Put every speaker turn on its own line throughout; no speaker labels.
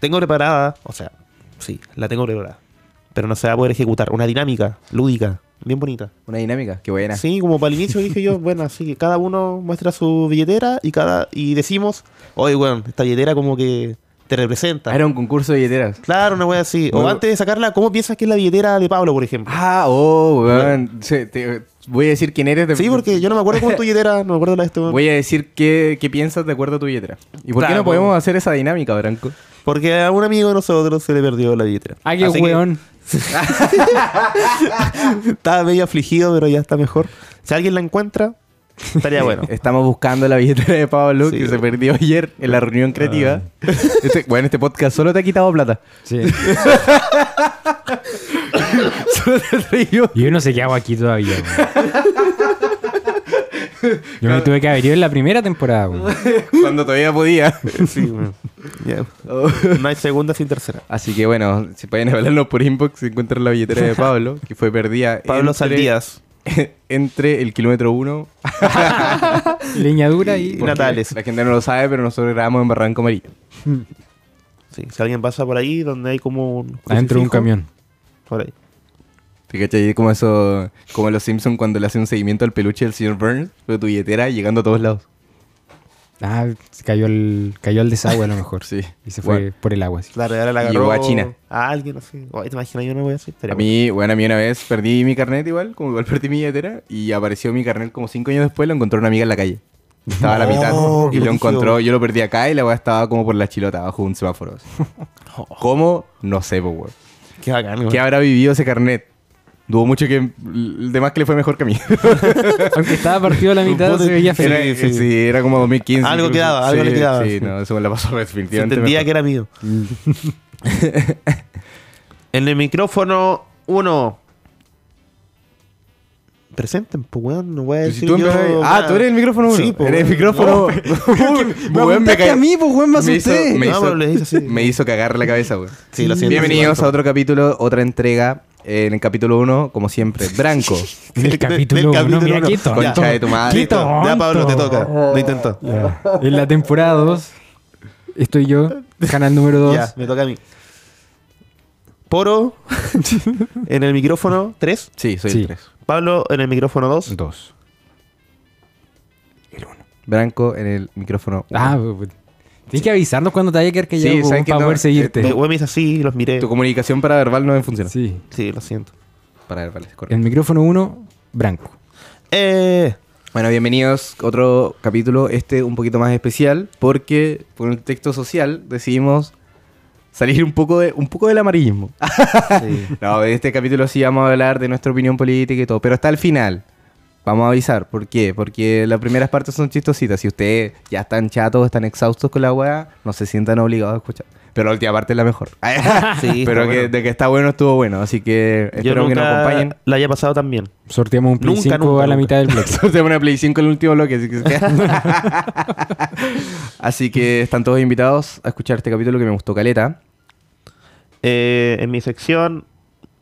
tengo preparada, o sea, sí, la tengo preparada, pero no se va a poder ejecutar. Una dinámica lúdica, bien bonita.
Una dinámica, qué buena.
Sí, como para el inicio dije yo, bueno, así que cada uno muestra su billetera y cada y decimos, oye, weón, esta billetera como que te representa.
Ah, Era un concurso de billeteras.
Claro, una wea así. O
Muy-
antes de sacarla, ¿cómo piensas que es la billetera de Pablo, por ejemplo?
Ah, oh, weón. Sí, te- voy a decir quién eres. de-
Sí, porque yo no me acuerdo con tu billetera, no me acuerdo la de este weón.
Voy a decir qué, qué piensas de acuerdo a tu billetera. ¿Y por qué
Claro,
no podemos
weón.
hacer esa dinámica, Branco?
Porque a un amigo de nosotros se le perdió la billetera.
Ah, qué
Así que
weón.
Estaba medio afligido, pero ya está mejor. Si alguien la encuentra, estaría bueno.
Eh, Estamos buscando la billetera de Pablo
Sí,
que se
weón. Ah.
perdió ayer en la reunión creativa. Este- bueno, este podcast solo te ha quitado plata.
Sí.
Solo te ha traído.
Yo no sé qué hago aquí todavía. weón. Yo me tuve que haber ido en la primera temporada. weón.
cuando todavía podía.
Sí, weón. Ya.
Oh.
No hay segunda sin tercera.
Así que bueno, si pueden hablarnos por inbox, si encuentran la billetera de Pablo, que fue perdida.
Pablo Saldías.
Entre el kilómetro 1
Leñadura y.
Y Natales.
La gente no lo sabe, pero nosotros grabamos en Barranco Amarillo.
Sí, si alguien pasa por ahí donde hay como un
Adentro de un
crucifijo,
camión.
Por ahí.
¿Te cachai? Es Como eso, como los Simpsons cuando le hacen un seguimiento al peluche del señor Burns, pero tu billetera llegando a todos lados.
Ah, se cayó al, cayó al desagüe a lo mejor.
Sí.
Y se fue
Bueno.
por el agua. así.
Claro, y ahora la agarró
Llegó a China.
A alguien así. Ay, te imaginas, yo no voy a hacer.
A mí, bueno, a mí una vez perdí mi carnet igual, como igual perdí mi billetera, y apareció mi carnet como cinco años después, lo encontró una amiga en la calle. Estaba a la
No,
mitad.
Oh, qué
Y lo
brígido.
encontró, yo lo perdí acá y la weá estaba como por la chilota, bajo un semáforo. así. ¿Cómo? No sé, po, weón.
Qué bacán, weón.
¿Qué habrá vivido ese carnet? Dudo mucho que el demás que le fue mejor que a mí.
Aunque estaba partido a la mitad, se veía
era,
feliz.
sí.
sí, era como 2015.
Algo
incluso.
quedaba, algo
Sí,
le quedaba,
Sí,
sí.
no, eso me la pasó
Se
definitivamente.
entendía
mejor.
que era mío. en el micrófono 1. Presenten, pues, weón. No voy a
Pero
decir.
si tú
yo
empezabas- Ah,
nada.
tú eres el micrófono uno.
Sí, po,
Eres el
weón.
micrófono.
Me
Weón,
apuntaste
ca-
a mí, pues, weón, me
hizo-
asusté.
Me
No,
hizo,
pero le hice así.
me hizo cagar la cabeza, weón.
Sí, lo siento.
Bienvenidos
Sí,
a otro capítulo, otra entrega. eh, En el capítulo 1, como siempre, Branco.
En el
Del- del
capítulo
capítulo
1, mira,
uno.
qué
Concha
tonto.
de tu madre.
Qué
Listo. Oh.
tonto.
Ya, Pablo, te toca. Lo intentó.
Ya. En la temporada 2, estoy yo, canal número 2.
Ya, me toca a mí. Poro en el micrófono 3.
Sí, soy
Sí.
el 3.
Pablo en el micrófono 2.
2.
Branco en el micrófono. uno.
Ah, pues, tienes que avisarnos cuando te vaya a quedar que
Sí,
ya,
sabes
para
que no,
poder seguirte.
Me me hice Eh, así, los miré.
Tu comunicación para verbal no funciona.
Sí.
Sí, lo siento.
Para verbal, es correcto.
El micrófono 1, Branco.
Eh,
Bueno, bienvenidos a otro capítulo, este un poquito más especial, porque por un texto social decidimos salir un poco, de, un poco del amarillismo. no, en este capítulo sí vamos a hablar de nuestra opinión política y todo, pero hasta el final. Vamos a avisar, ¿por qué? Porque las primeras partes son chistositas. Si ustedes ya están chatos, están exhaustos con la weá, no se sientan obligados a escuchar. Pero la última parte es la mejor.
Sí,
pero
está
que,
bueno.
de que está bueno, estuvo bueno. Así que
yo
espero
nunca
que nos acompañen.
la haya pasado tan bien.
Sorteamos un Play
Nunca,
5
nunca,
a la
nunca.
mitad del bloque.
Sorteamos una Play 5 en el último bloque. Así que, Así que están todos invitados a escuchar este capítulo que me gustó caleta.
Eh, en mi sección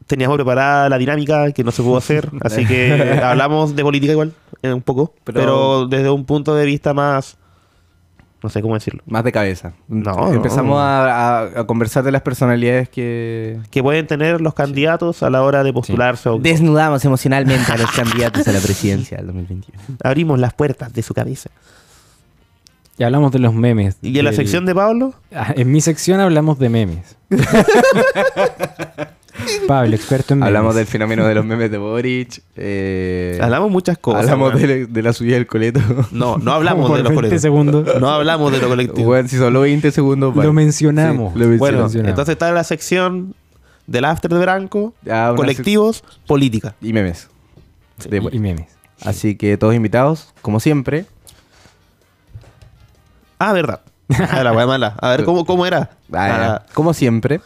teníamos preparada la dinámica que no se pudo hacer, así que hablamos de política igual, eh, un poco,
Pero-
pero, desde un punto de vista más... No sé cómo decirlo.
Más de cabeza.
No,
Empezamos
no.
A, a- a conversar de las personalidades que...
Que pueden tener los candidatos a la hora de postularse. o-
Desnudamos emocionalmente a los candidatos a la presidencia del 2021.
abrimos las puertas de su cabeza.
Y hablamos de los memes.
Y en la
del-
sección de Pablo,
Ah, En mi sección hablamos de memes. Pablo, experto en memes.
Hablamos del fenómeno de los memes de Boric. eh,
hablamos muchas cosas.
hablamos
weón.
de, de la subida del coleto.
No, no hablamos
Por
de los
20
colectivos.
segundos.
No hablamos de lo colectivo.
Bueno, si solo 20 segundos... vale.
Lo mencionamos.
Sí, lo mencionamos.
Bueno,
mencionamos.
entonces está la sección del after de Branco,
Ah, una
colectivos, política.
Y memes. De
Y-
Boric.
y memes.
Así que todos invitados, como siempre.
Ah, verdad. Ah, la wea mala. A ver, ¿cómo, cómo era?
Ah,
Ah,
Como siempre.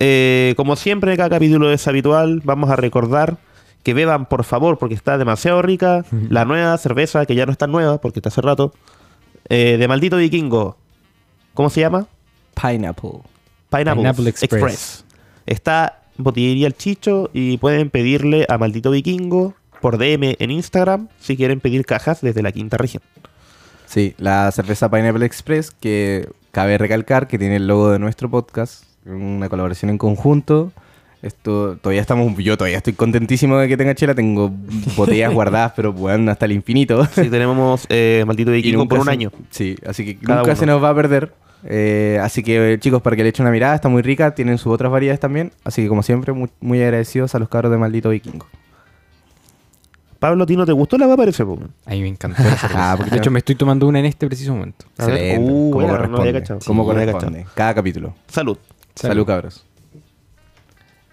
eh, como siempre, cada capítulo es habitual. Vamos a recordar que beban, por favor, porque está demasiado rica. La nueva cerveza, que ya no está nueva, porque está hace rato. eh, de maldito vikingo. ¿Cómo se llama?
Pineapple.
Pineapple,
Pineapple Express.
Express. Está en Botillería El Chicho y pueden pedirle a Maldito Vikingo por DM en Instagram si quieren pedir cajas desde la quinta región.
Sí, la cerveza Pineapple Express, que cabe recalcar que tiene el logo de nuestro podcast, una colaboración en conjunto. Esto, todavía estamos, yo todavía estoy contentísimo de que tenga chela, tengo botellas guardadas, pero bueno, hasta el infinito.
Sí, tenemos eh, maldito
Y
vikingo
nunca
por un
se-
año.
Sí, así que
Cada
nunca
uno.
se nos va a perder. Eh, así que eh, chicos, para que le echen una mirada, está muy rica, tienen sus otras variedades también. Así que como siempre, mu- muy, agradecidos a los cabros de Maldito Vikingo.
Pablo, ¿a ti no te gustó la va a parecer? po?
A mí me encantó la cerveza.
Ah, porque
de hecho, me estoy tomando una en este preciso momento.
A ver,
Excelente,
uh,
como
buena, no
corresponde.
había cachado.
como
Sí, no había
corresponde. Cada capítulo.
Salud.
Salud. cabros.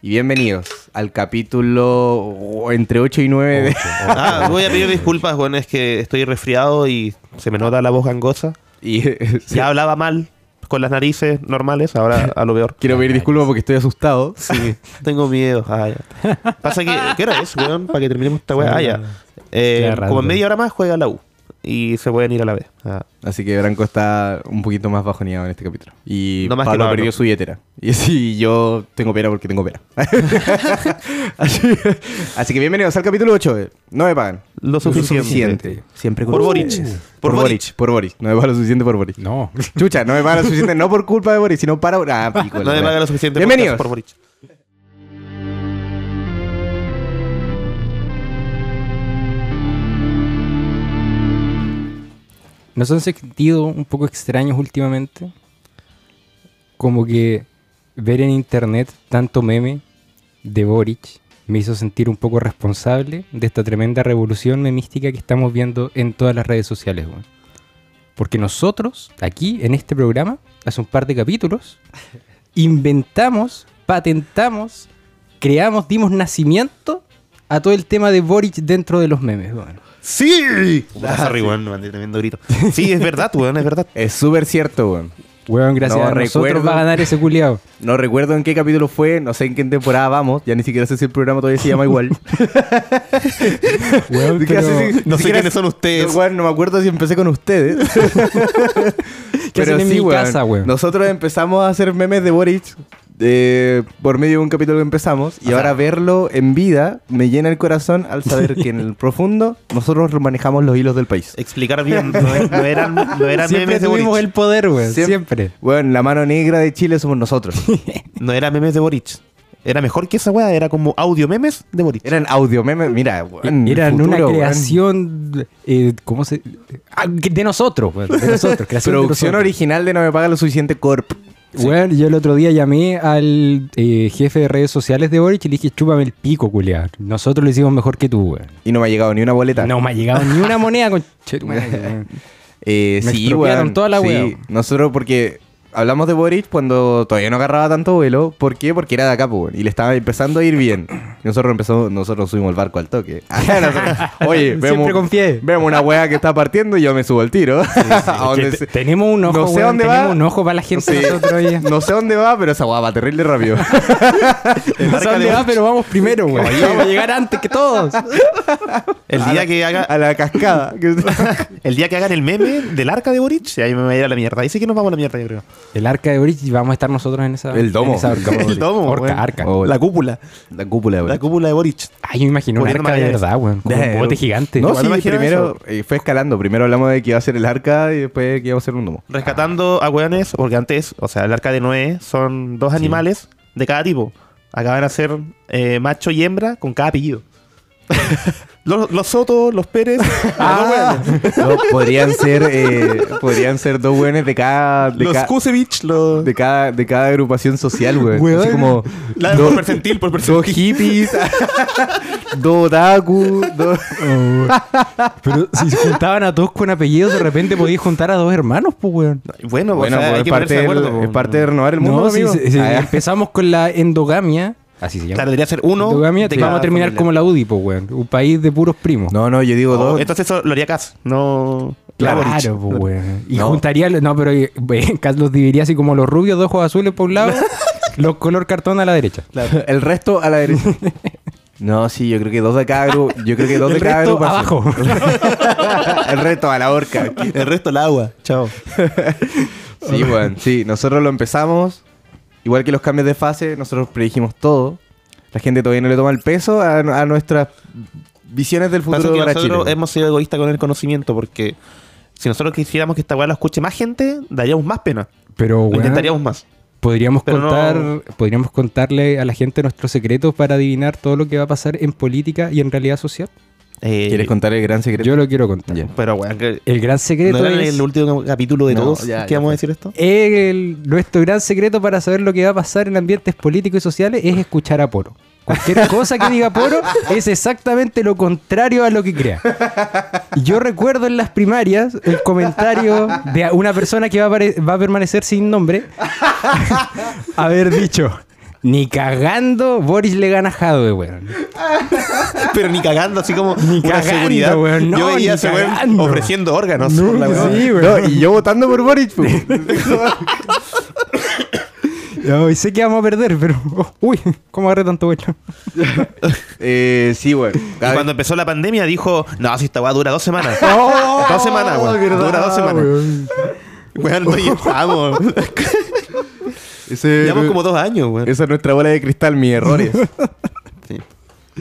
Y bienvenidos al capítulo oh, entre 8 y 9 de...
Ah, voy a pedir disculpas, bueno, es que estoy resfriado y se me nota la voz gangosa.
y, eh, sí,
Ya hablaba mal, con las narices normales, ahora a lo peor.
quiero pedir disculpas porque estoy asustado.
Sí, tengo miedo. Ah, ya. Pasa que, ¿qué hora es, weón? Para que terminemos esta weá. Ah, ya. Eh,
Queda raro,
como en
weón.
media hora más juega la U. Y se pueden ir a la B. Ah.
Así que Branco está un poquito más bajoneado en este capítulo. Y
No más que
Pablo
Pablo.
perdió su billetera. Y sí, yo tengo pena porque tengo pena. así, así que bienvenidos al capítulo 8. de No me pagan.
Lo suficiente.
Siempre
Por Boric.
ustedes.
Por
Por,
Boric.
Boric. Por Boric. No me pagan lo suficiente por Boric.
No.
Chucha, no me pagan lo suficiente no por culpa de Boric, sino para... Ah, pico,
No
la
me
wea.
paga lo suficiente por-
Bienvenidos.
por Boric.
Nos han sentido un poco extraños últimamente. Como que ver en internet tanto meme de Boric me hizo sentir un poco responsable de esta tremenda revolución memística que estamos viendo en todas las redes sociales, weón. Porque nosotros, aquí en este programa, hace un par de capítulos, inventamos, patentamos, creamos, dimos nacimiento a todo el tema de Boric dentro de los memes, weón.
¡Sí! Sorry, weón, mandé tremendo grito. Sí, es verdad, weón, es verdad.
Es súper cierto, weón.
Weón, gracias
No
a nosotros
recuerdo.
va a ganar ese culiao.
No recuerdo en qué capítulo fue, no sé en qué temporada vamos. Ya ni siquiera sé si el programa todavía se llama igual.
Weón,
Ni siquiera-
pero-
No
ni
sé
siquiera-
quiénes son
No,
ustedes.
weón, no me acuerdo si empecé con ustedes.
hacen en mi casa, weón?
Nosotros empezamos a hacer memes de Boric eh, por medio de un capítulo que empezamos. Y ahora verlo en vida me llena el corazón al saber que en el profundo nosotros manejamos los hilos del país.
Explicar bien, no, no eran, no eran
siempre
memes de Boric.
tuvimos el poder, weón.
Siem-
Siempre.
Bueno, la mano negra de Chile somos nosotros.
No eran memes de Boric. Era mejor que esa weá, era como audio memes de Boric.
Eran audio memes, mira, weón, el
Era
futuro,
E- una
weón.
creación. eh, ¿Cómo se.? ah, de nosotros, weón. De nosotros. creación de
Producción
nosotros.
original de No Me Paga Lo Suficiente Corp.
Weón, yo el otro día llamé al eh, jefe de redes sociales de Boric y le dije, chúpame el pico, culiao. Nosotros lo hicimos mejor que tú, weón.
Y no me ha llegado ni una boleta.
No me ha llegado ni una moneda con. Che, tu madre, weón.
Eh,
Me
sí,
expropiaron
weón.
toda la
sí.
wea.
Nosotros porque hablamos de Boric cuando todavía no agarraba tanto vuelo. ¿Por qué? Porque era de acá, pues, weón, Y le estaba empezando a ir bien. Y nosotros empezamos, nosotros subimos el barco al toque. Ah, Nosotros, Oye,
Siempre
vemos,
confié.
vemos una wea que está partiendo y yo me subo al tiro. A donde
Te-
se-
Tenemos un ojo,
No sé
weón,
dónde va.
tenemos un ojo para la gente
Sí.
nosotros, oye.
no sé dónde va, pero esa wea va terrible rápido.
No sé dónde va, pero vamos primero, weón. Vamos a llegar antes que todos.
El día que haga
a la cascada.
El día que hagan el meme del arca de Boric, ahí me voy a ir a la mierda. Ahí sí que nos vamos a la mierda, yo creo.
El arca de Boric y vamos a estar nosotros en esa.
El domo.
en esa orca,
El
Boric.
domo,
Orca,
weón.
arca.
Oh,
La cúpula.
la cúpula, weón.
La cúpula de Boric.
Ay, yo me imagino un
Por ahí no
arca
me
de
hagas
verdad, weón. Con un
Eh,
bote gigante.
No,
Igual
sí,
me imagino
primero eh, fue escalando. Primero hablamos de que iba a ser el arca y después que iba a ser un domo.
Rescatando
Ah.
a weones, porque antes, o sea, el arca de Noé son dos animales de cada tipo. Acá van a ser eh, macho y hembra con cada apellido. los, los Soto, los Pérez. los dos
Ah,
weones.
No, podrían ser eh, podrían ser dos weones de cada de,
los
ca-
Kusevich, los.
de cada de cada agrupación social, weón. Así
Weón.
como
La-
dos,
por percentil, por
dos
percentil.
hippies, dos otaku, dos
Pero si se juntaban a todos con apellidos, de repente podías juntar a dos hermanos, pues, weón.
Bueno,
Bueno,
o sea,
pues,
hay
es,
que
parte
ponerse de
del-
acuerdo.
es parte de renovar el mundo,
No, si,
amigo.
si- si
Ah, ya.
empezamos con la endogamia. Así se
Claro,
llama.
debería ser uno.
endogamia,
de
te vamos
cada
a terminar
familia.
como la UDI, pues, weón. Un país de puros primos.
No, no, yo digo
Oh,
dos.
entonces eso lo haría Cass, no.
Claro,
la Boric.
pues, weón. Y
No.
juntaría, no, pero eh, weón, Carlos dividiría así como los rubios de ojos azules por un lado, los color cartón a la derecha.
El resto a la derecha. No, sí, yo creo que dos de cada grupo. Yo creo que dos
El
de cada
resto
agrupación.
abajo.
el resto a la horca.
El resto el agua. Chao.
Sí, weón. Sí, nosotros lo empezamos. Igual que los cambios de fase, nosotros predijimos todo. La gente todavía no le toma el peso a, a nuestras visiones del
Pasa
futuro
que
para
nosotros
Chile.
hemos sido egoístas con el conocimiento porque Si nosotros quisiéramos que esta weá la escuche más gente, daríamos más pena.
Pero,
Lo
weón,
intentaríamos más.
podríamos,
pero no-
contar, podríamos contarle a la gente nuestros secretos para adivinar todo lo que va a pasar en política y en realidad social.
Eh,
¿Quieres contar el gran secreto?
Yo lo quiero contar.
Ya.
Pero weón, que-
El gran
¿no
secreto
era en
es
el último capítulo de
No,
todos
ya,
que
ya
vamos a
fue.
decir esto?
el- nuestro gran secreto para saber lo que va a pasar en ambientes políticos y sociales es escuchar a Poro. Cualquier cosa que diga Poro es exactamente lo contrario a lo que crea. Yo recuerdo en las primarias el comentario de una persona que va a, apare- va a permanecer sin nombre haber dicho, ni cagando Boris le gana a Jadwe, weón.
Pero ni cagando, así como una
cagando,
seguridad.
weón, no,
Yo veía
ni
a ese weón
cagando.
ofreciendo órganos. La weá.
sí,
No, y yo votando por Boric. pu.
No, y sé que vamos a perder, pero... uy, ¿cómo agarré tanto bueno?
eh, sí, weón.
Y cuando empezó la pandemia dijo, no, si esta weá dura dos semanas. dos semanas, weón. Dura dos semanas. Weón, no, y estamos.
Ese-
Llevamos como dos años, weón.
Esa es nuestra bola de cristal, mis errores.
Sí.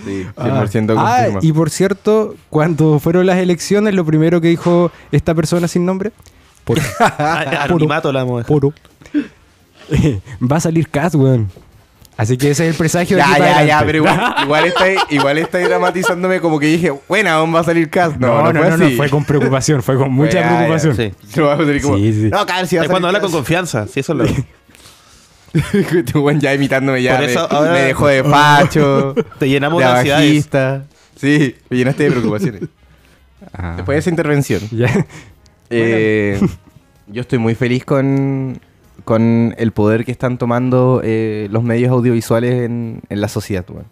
Sí, 100%
Ah. Ah,
confirma.
y por cierto, cuando fueron las elecciones, lo primero que dijo esta persona sin nombre, por
A- Ah, Anonimato la vamos a dejar.
poro, va a salir Cat, weón. Así que ese es el presagio de
Ya,
aquí para
ya, ya,
adelante.
pero igual, igual está, igual está ahí dramatizándome como que dije, buena, aún va a salir Cast. No, no, fue así.
fue con preocupación, fue con mucha
Fue- ah, ya,
preocupación.
Sí.
No, va a salir como,
Sí, sí.
no, Cast, si va a
Es cuando habla
salir
con confianza, sí, eso es lo.
Cast". Este weón ya imitándome, ya
Por
me,
eso ahora-
me dejó de facho,
Te llenamos
de
de ansiedades.
bajista. Sí, me llenaste de preocupaciones.
Ah.
Después de esa intervención,
Ya.
eh, yo estoy muy feliz con, con el poder que están tomando eh, los medios audiovisuales en, en la sociedad, weón.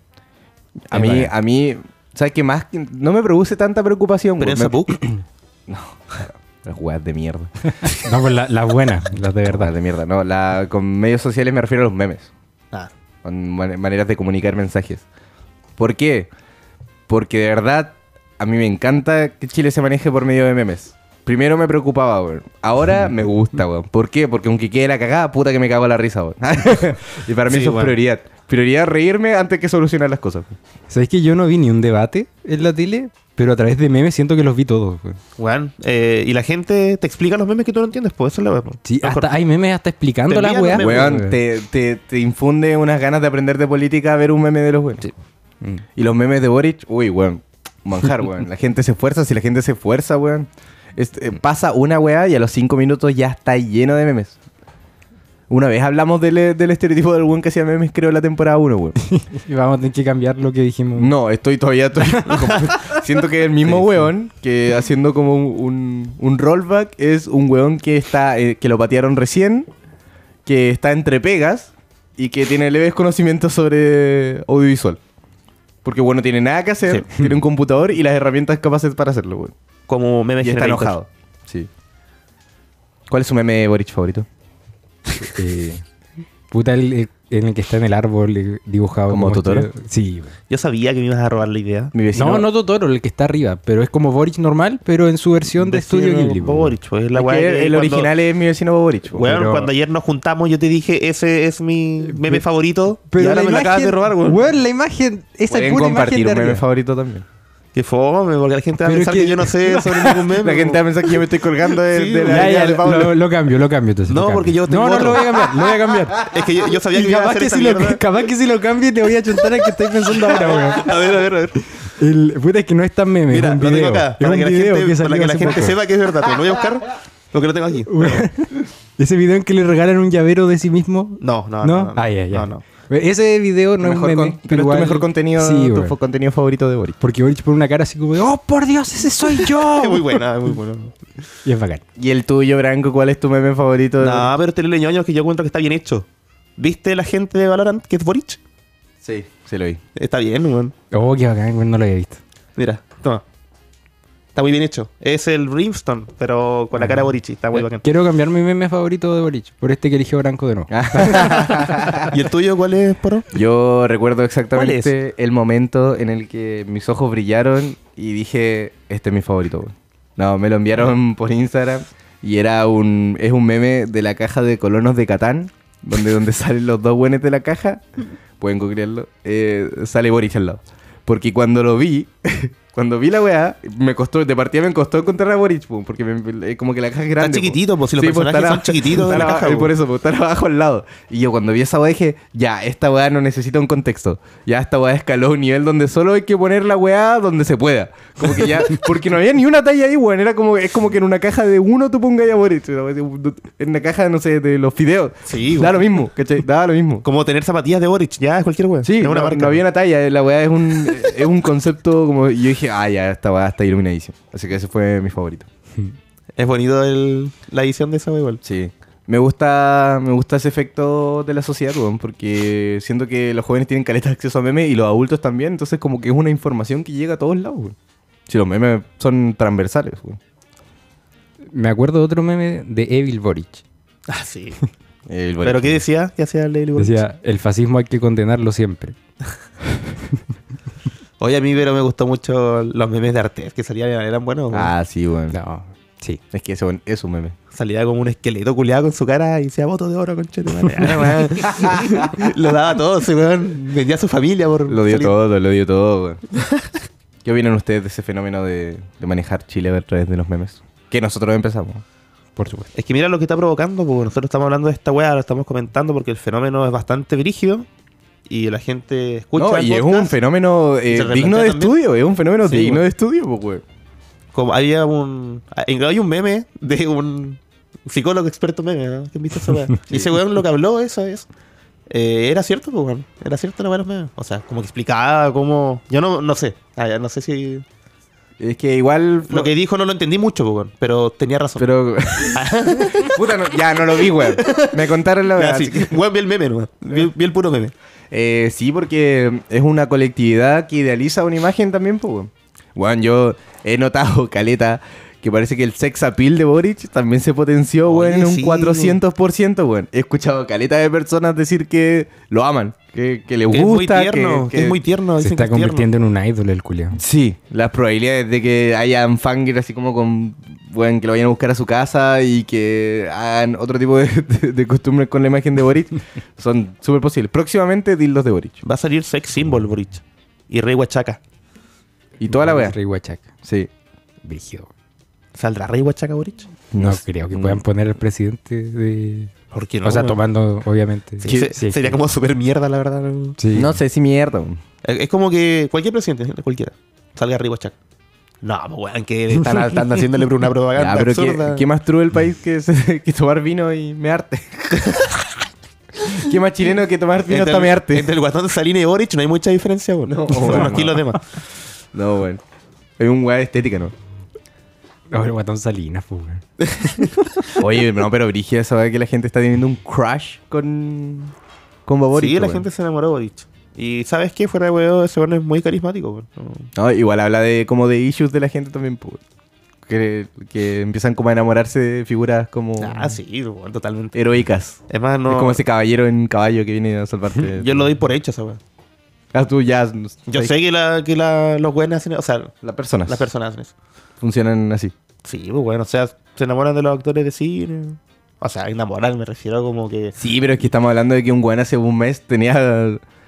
A
Es
mí,
verdad.
a mí, ¿sabes qué más? que- No me produce tanta preocupación, weón.
Prensa
Me-
Puck.
Las weas de mierda.
No, pues la- las buenas, las de
Las
verdad.
de mierda, no. La, con medios sociales me refiero a los memes.
Ah.
Con man- maneras de comunicar mensajes. ¿Por qué? Porque de verdad, a mí me encanta que Chile se maneje por medio de memes. Primero me preocupaba, weón. Ahora me gusta, weón. ¿Por qué? Porque aunque quede la cagada, puta que me cago en la risa, weón. y para mí
Sí,
eso
weón.
es prioridad. Prioridad reírme antes que solucionar las cosas.
¿Sabéis que yo no vi ni un debate en la tele? Pero a través de memes siento que los vi todos. weón.
Weón, eh, y la gente te explica los memes que tú no entiendes, pues eso es la weá.
Sí,
Mejor.
hasta hay memes hasta explicando
Te
la
envían
weá.
los memes,
Weón, te, te- te infunde unas ganas de aprender de política ver un meme de los buenos.
Mm.
Y los memes de Boric, uy, weón. Manjar, weón. La gente se esfuerza, si la gente se esfuerza, weón. Este, eh, pasa una weá y a los cinco minutos ya está lleno de memes. Una vez hablamos del, del estereotipo del weón que hacía memes, creo, en la temporada 1, weón.
Y vamos a tener que cambiar lo que dijimos.
No, estoy todavía. estoy- siento que el mismo weón que haciendo como un, un- un rollback es un weón que está eh, que lo patearon recién, que está entre pegas y que tiene leves conocimientos sobre audiovisual. Porque bueno, tiene nada que hacer, tiene un computador y las herramientas capaces para hacerlo, weón.
Como memes
Y está
generalitos.
enojado. Sí. ¿Cuál es su meme de Boric favorito?
Eh, puta, el, el- en el que está en el árbol eh, dibujado.
¿Como Totoro?
este- Sí. güey.
Yo sabía que me ibas a robar la idea.
Mi vecino.
No, no Totoro, el que está arriba, pero es como Boric normal, pero en su versión de
Decir
estudio Ghibli. güey.
Boric, pues, es la
Es
weá
que
que
el
cuando-
original es mi vecino Boric. weón.
Weón,
Pero-
cuando ayer nos juntamos yo te dije, ese es mi meme
Pe-
favorito. y
Pero
ahora
la
me lo acabas
imagen,
de robar, weón.
güey, la imagen, esa
Pueden
pura
compartir
imagen de
un meme
arriba.
favorito también.
Qué fome, porque la gente va a
Pero
pensar
es
que...
que-
yo no sé sobre ningún meme.
La gente va a pensar que yo me estoy colgando de,
Sí,
de la
Ya,
idea
ya,
de Pablo.
lo, lo cambio, lo cambio. Entonces,
No,
lo cambio.
porque yo tengo
No, no,
otro.
lo voy a cambiar, lo voy a cambiar.
Es que yo, yo sabía
Y
que iba a
capaz
hacer
que,
esta
si lo,
mierda.
capaz que si lo cambio te voy a chuntar al que estoy pensando ahora, weón.
A ver, a ver, a ver.
El, puta, es que no es tan meme,
Mira,
es un
lo tengo
video.
acá.
es
Para
un
que la
video
gente,
que
para
salió
que la
hace
gente
poco.
sepa que es verdad. Pero lo voy a buscar lo que lo tengo aquí.
Ese video en que le regalan un llavero de sí mismo.
No, no, no. no,
¿No? Ah, ya, ya.
No, no.
Ese video no
Mejor
es un meme,
con- pero es
igual-
tu mejor contenido,
Sí,
tu
güey.
fo- contenido favorito de Boric.
Porque Boric pone una cara así como de, ¡Oh, por Dios, ese soy yo!
Es muy buena, es muy buena.
y es bacán.
¿Y el tuyo, Branco? ¿Cuál es tu meme favorito?
No, pero te leñoño que yo encuentro que está bien hecho. ¿Viste la gente de Valorant que es Boric?
Sí, se lo vi.
Está bien, weón.
Oh, qué bacán, güey, no lo había visto.
Mira, toma. Está muy bien hecho. Es el Brimstone, pero con la cara de Boric. Está muy bacán.
Quiero cambiar mi meme favorito de Boric por este que eligió Branco de nuevo.
¿Y el tuyo cuál es, Poro?
Yo recuerdo
¿Cuál
exactamente el momento en el que mis ojos brillaron y dije, este es mi favorito. güey". No, me lo
Ah.
enviaron por Instagram y era un es un meme de la caja de colonos de Catán, donde donde salen los dos buenos de la caja, pueden googlearlo, eh, sale Boris al lado. Porque cuando lo vi, Cuando vi la weá, me costó, de partida me costó encontrar a Boric, po, porque me- eh, como que la caja es grande. po.
chiquitito, po, si los
po,
personajes
está
son
la-
chiquititos
está
en la caja,
y
po.
por eso, po, están abajo al lado. Y yo cuando vi esa weá dije, ya, esta weá no necesita un contexto. Ya esta weá escaló a un nivel donde solo hay que poner la weá donde se pueda. Como que ya, porque no había ni una talla ahí, weón. Era como, es como que en una caja de uno tú pongas a Boric. una weá así, En una caja, no sé, de los fideos.
Sí,
Da
weón.
lo mismo, ¿cachai? Da lo mismo.
Como tener zapatillas de Boric, ya es cualquier weón.
Sí,
es
no,
una marca.
no había una talla, la weá es un, es un concepto como. y Yo dije, ah, ya, esta weá está iluminadísima. Así que ese fue mi favorito.
Es bonito el- la edición de esa weón. igual.
Sí. Me gusta, me gusta ese efecto de la sociedad, weón, porque siento que los jóvenes tienen caleta de acceso a memes y los adultos también, entonces como que es una información que llega a todos lados, weón. Si los memes son transversales, weón.
Me acuerdo de otro meme de Evil Boric.
Ah, sí.
El
Pero
Boric.
¿qué decía? ¿Qué hacía el Lady Boric?
Decía, el fascismo hay que condenarlo siempre.
Oye, a mí pero me gustó mucho los memes de Artes que salían, eran buenos. weón.
Ah, sí, weón.
No, sí.
Es que ese weón es un meme.
Salía como un esqueleto culiado con su cara y decía voto de oro, conchetumare". Ah, weón. Lo daba todo ese weón. Vendía a su familia por.
Lo dio
salir.
todo, lo dio todo, weón. ¿Qué opinan ustedes de ese fenómeno de, de manejar Chile a través de los memes? Que nosotros empezamos.
Por supuesto.
Es que mira lo que está provocando, porque nosotros estamos hablando de esta weá, lo estamos comentando porque el fenómeno es bastante brígido y la gente escucha.
no,
el
y es
podcast.
un fenómeno eh,
Y se replantea
digno de
también.
estudio, es un fenómeno
Sí,
digno
weón.
de estudio, pues, weón.
Como había un. en- Hay un meme de un psicólogo experto meme, ¿no? ¿Quién viste esa weá? Y ese weón lo que habló eso es. eh, era cierto, pues, weón. Era cierto la weá de los memes. O sea, como que explicaba cómo. Yo no, no sé. Ah, ya, no sé si.
Es que igual.
Lo que dijo no lo entendí mucho, pues, weón. Pero tenía razón.
Pero. Puta, no- ya no lo vi, weón. Me contaron
Ya,
la verdad.
sí.
así que-
Weón, vi el meme, weón. Vi, vi el puro meme.
Eh, sí, porque es una colectividad que idealiza una imagen también, pues, weón. Weón, yo he notado, caleta, que parece que el sex appeal de Boric también se potenció,
Oye,
weón, en un
sí,
400%, weón. He escuchado caleta de personas decir que lo aman, que, que les
Que
gusta.
es muy tierno.
que-
que
que-
es muy tierno.
Se
dicen
está
que es tierno.
convirtiendo en un ídolo el culiao.
Sí, las probabilidades de que hayan fangirl así como con, bueno, que lo vayan a buscar a su casa y que hagan otro tipo de, de- de costumbres con la imagen de Boric son súper posibles. Próximamente dildos de Boric.
Va a salir Sex Symbol, Boric. Y Rey Huachaca.
Y toda la wea.
Rey Huachaca.
Sí.
Brígido.
¿Saldrá Rey Huachaca, Boric?
No,
No sé. Mm.
creo que puedan poner al presidente de...
¿Por qué
o sea,
weón?
tomando, obviamente.
Sí, se-
Sí,
sería
sí.
como super mierda, la verdad. ¿no?
Sí.
No sé si mierda.
Es es como que cualquier presidente, ¿eh? cualquiera, salga Rey Huachaca. No, pues, weón, que están, están haciéndole una propaganda
Ya, pero ¿qué,
absurda.
qué más true el país que, se- que tomar vino y mearte? ¿Qué más chileno que tomar vino
entre,
hasta
el,
mearte?
entre el guatón de Salina y Boric no hay mucha diferencia, weón.
No,
Son
weón,
unos
no.
kilos de más.
No, bueno. Es un weá de estética, ¿no?
No, pero Guatón Salinas, pues, weón.
Oye, no, pero Brigia sabe que la gente está teniendo un crush con. con Boric.
sí, la
weón.
gente se enamoró de Boric. Y ¿sabes qué? Fuera de huevo, ese weón es muy carismático, weón. No.
No, igual habla de como de issues de la gente también, po, que, que empiezan como a enamorarse de figuras como.
Ah, sí, weón, totalmente.
heroicas.
Es más, no...
Es como ese caballero en caballo que viene a salvarte.
Yo lo doy por hecho, esa weón.
Ah, tú ya.
Yo sé que, la, que la, los weones hacen... O sea,
Las personas.
las personas hacen eso.
Funcionan así.
Sí, pues bueno, o sea, se enamoran de los actores de cine. O sea, enamorar me refiero como que...
Sí, pero es que estamos hablando de que un weón hace un mes tenía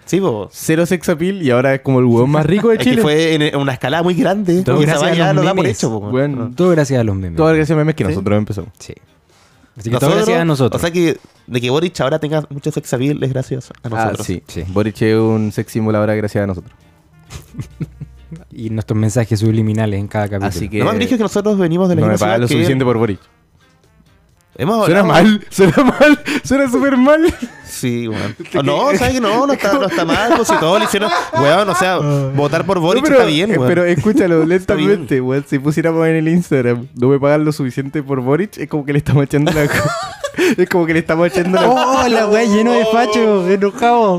Sí, pues...
cero sex appeal y ahora es como el weón más rico de
Es que
Chile.
fue en en una escalada muy grande.
Todo
porque esa
gracias
vaina
a
ya
los
lo da por
memes,
hecho, po,
weón.
weón.
Todo gracias a los memes.
Todo gracias a memes que
Sí.
nosotros empezamos.
Sí. Así que todo gracias a
O
nosotros.
sea que de que Boric ahora tenga mucho sex appeal es gracias a nosotros.
Ah, sí.
Sí.
Boric es un sex symbol ahora gracias a nosotros.
Y nuestros mensajes subliminales en cada capítulo.
Así que-
Lo más brillo es que nosotros venimos de la
No me
misma
pagan
ciudad
lo
que
suficiente por Boric.
él. Hemos
Suena
hablado-
mal, suena mal, suena súper mal.
Sí, weón. No, ¿sabes que no? No está, no está mal, pues si todos le hicieron... Weón, o sea,
Ah.
votar por Boric
No, pero,
está bien,
eh,
weón.
Pero escúchalo lentamente,
bien.
weón. Si pusiéramos en el Instagram, no me pagan lo suficiente por Boric, es como que le estamos echando la. es como que le estamos echando la.
¡Oh, la weá lleno de
Oh.
facho! ¡Enojado!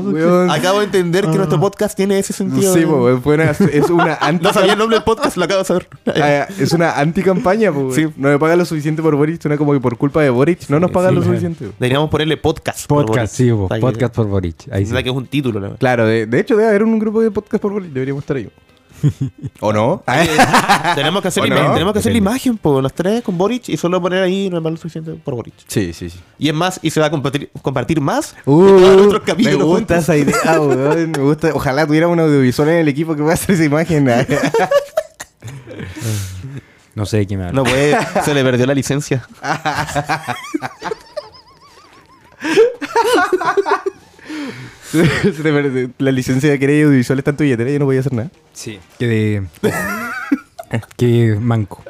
Weón.
Acabo de entender que
Ah.
nuestro podcast tiene ese sentido.
Sí,
de-
po, weón. fue una- es una anti.
No sabía el nombre del podcast, lo acabo de saber.
ah, es una anticampaña, po, weón.
Sí.
No me pagan lo suficiente por Boric, suena como que por culpa de Boric no nos
Sí,
pagan
sí,
lo
weón.
suficiente. weón.
Deberíamos ponerle podcast. por Boric.
Podcast, sí, vos.
Está que-
Podcast por Boric. Ahí sí.
Está que es un título, la verdad.
Claro, de, de hecho debe haber un grupo de podcast por Boric, deberíamos estar ahí. ¿O no?
tenemos que hacer,
¿O
la imagen,
no?
tenemos que hacer la
Depende.
imagen, por los tres con Boric y solo poner ahí normal lo suficiente por Boric.
Sí, sí, sí.
Y es más, y se va a compartir, compartir más.
Uh,
otro capítulo
me gusta
juntos.
esa idea, weón. Me gusta. Ojalá tuviera un audiovisual en el equipo que pueda hacer esa imagen.
No sé de qué me habla.
No puede, se le perdió la licencia.
Se te perdió. la licencia de querer audiovisual está en tu billetera y yo no voy a hacer nada.
Sí. Que de. que manco.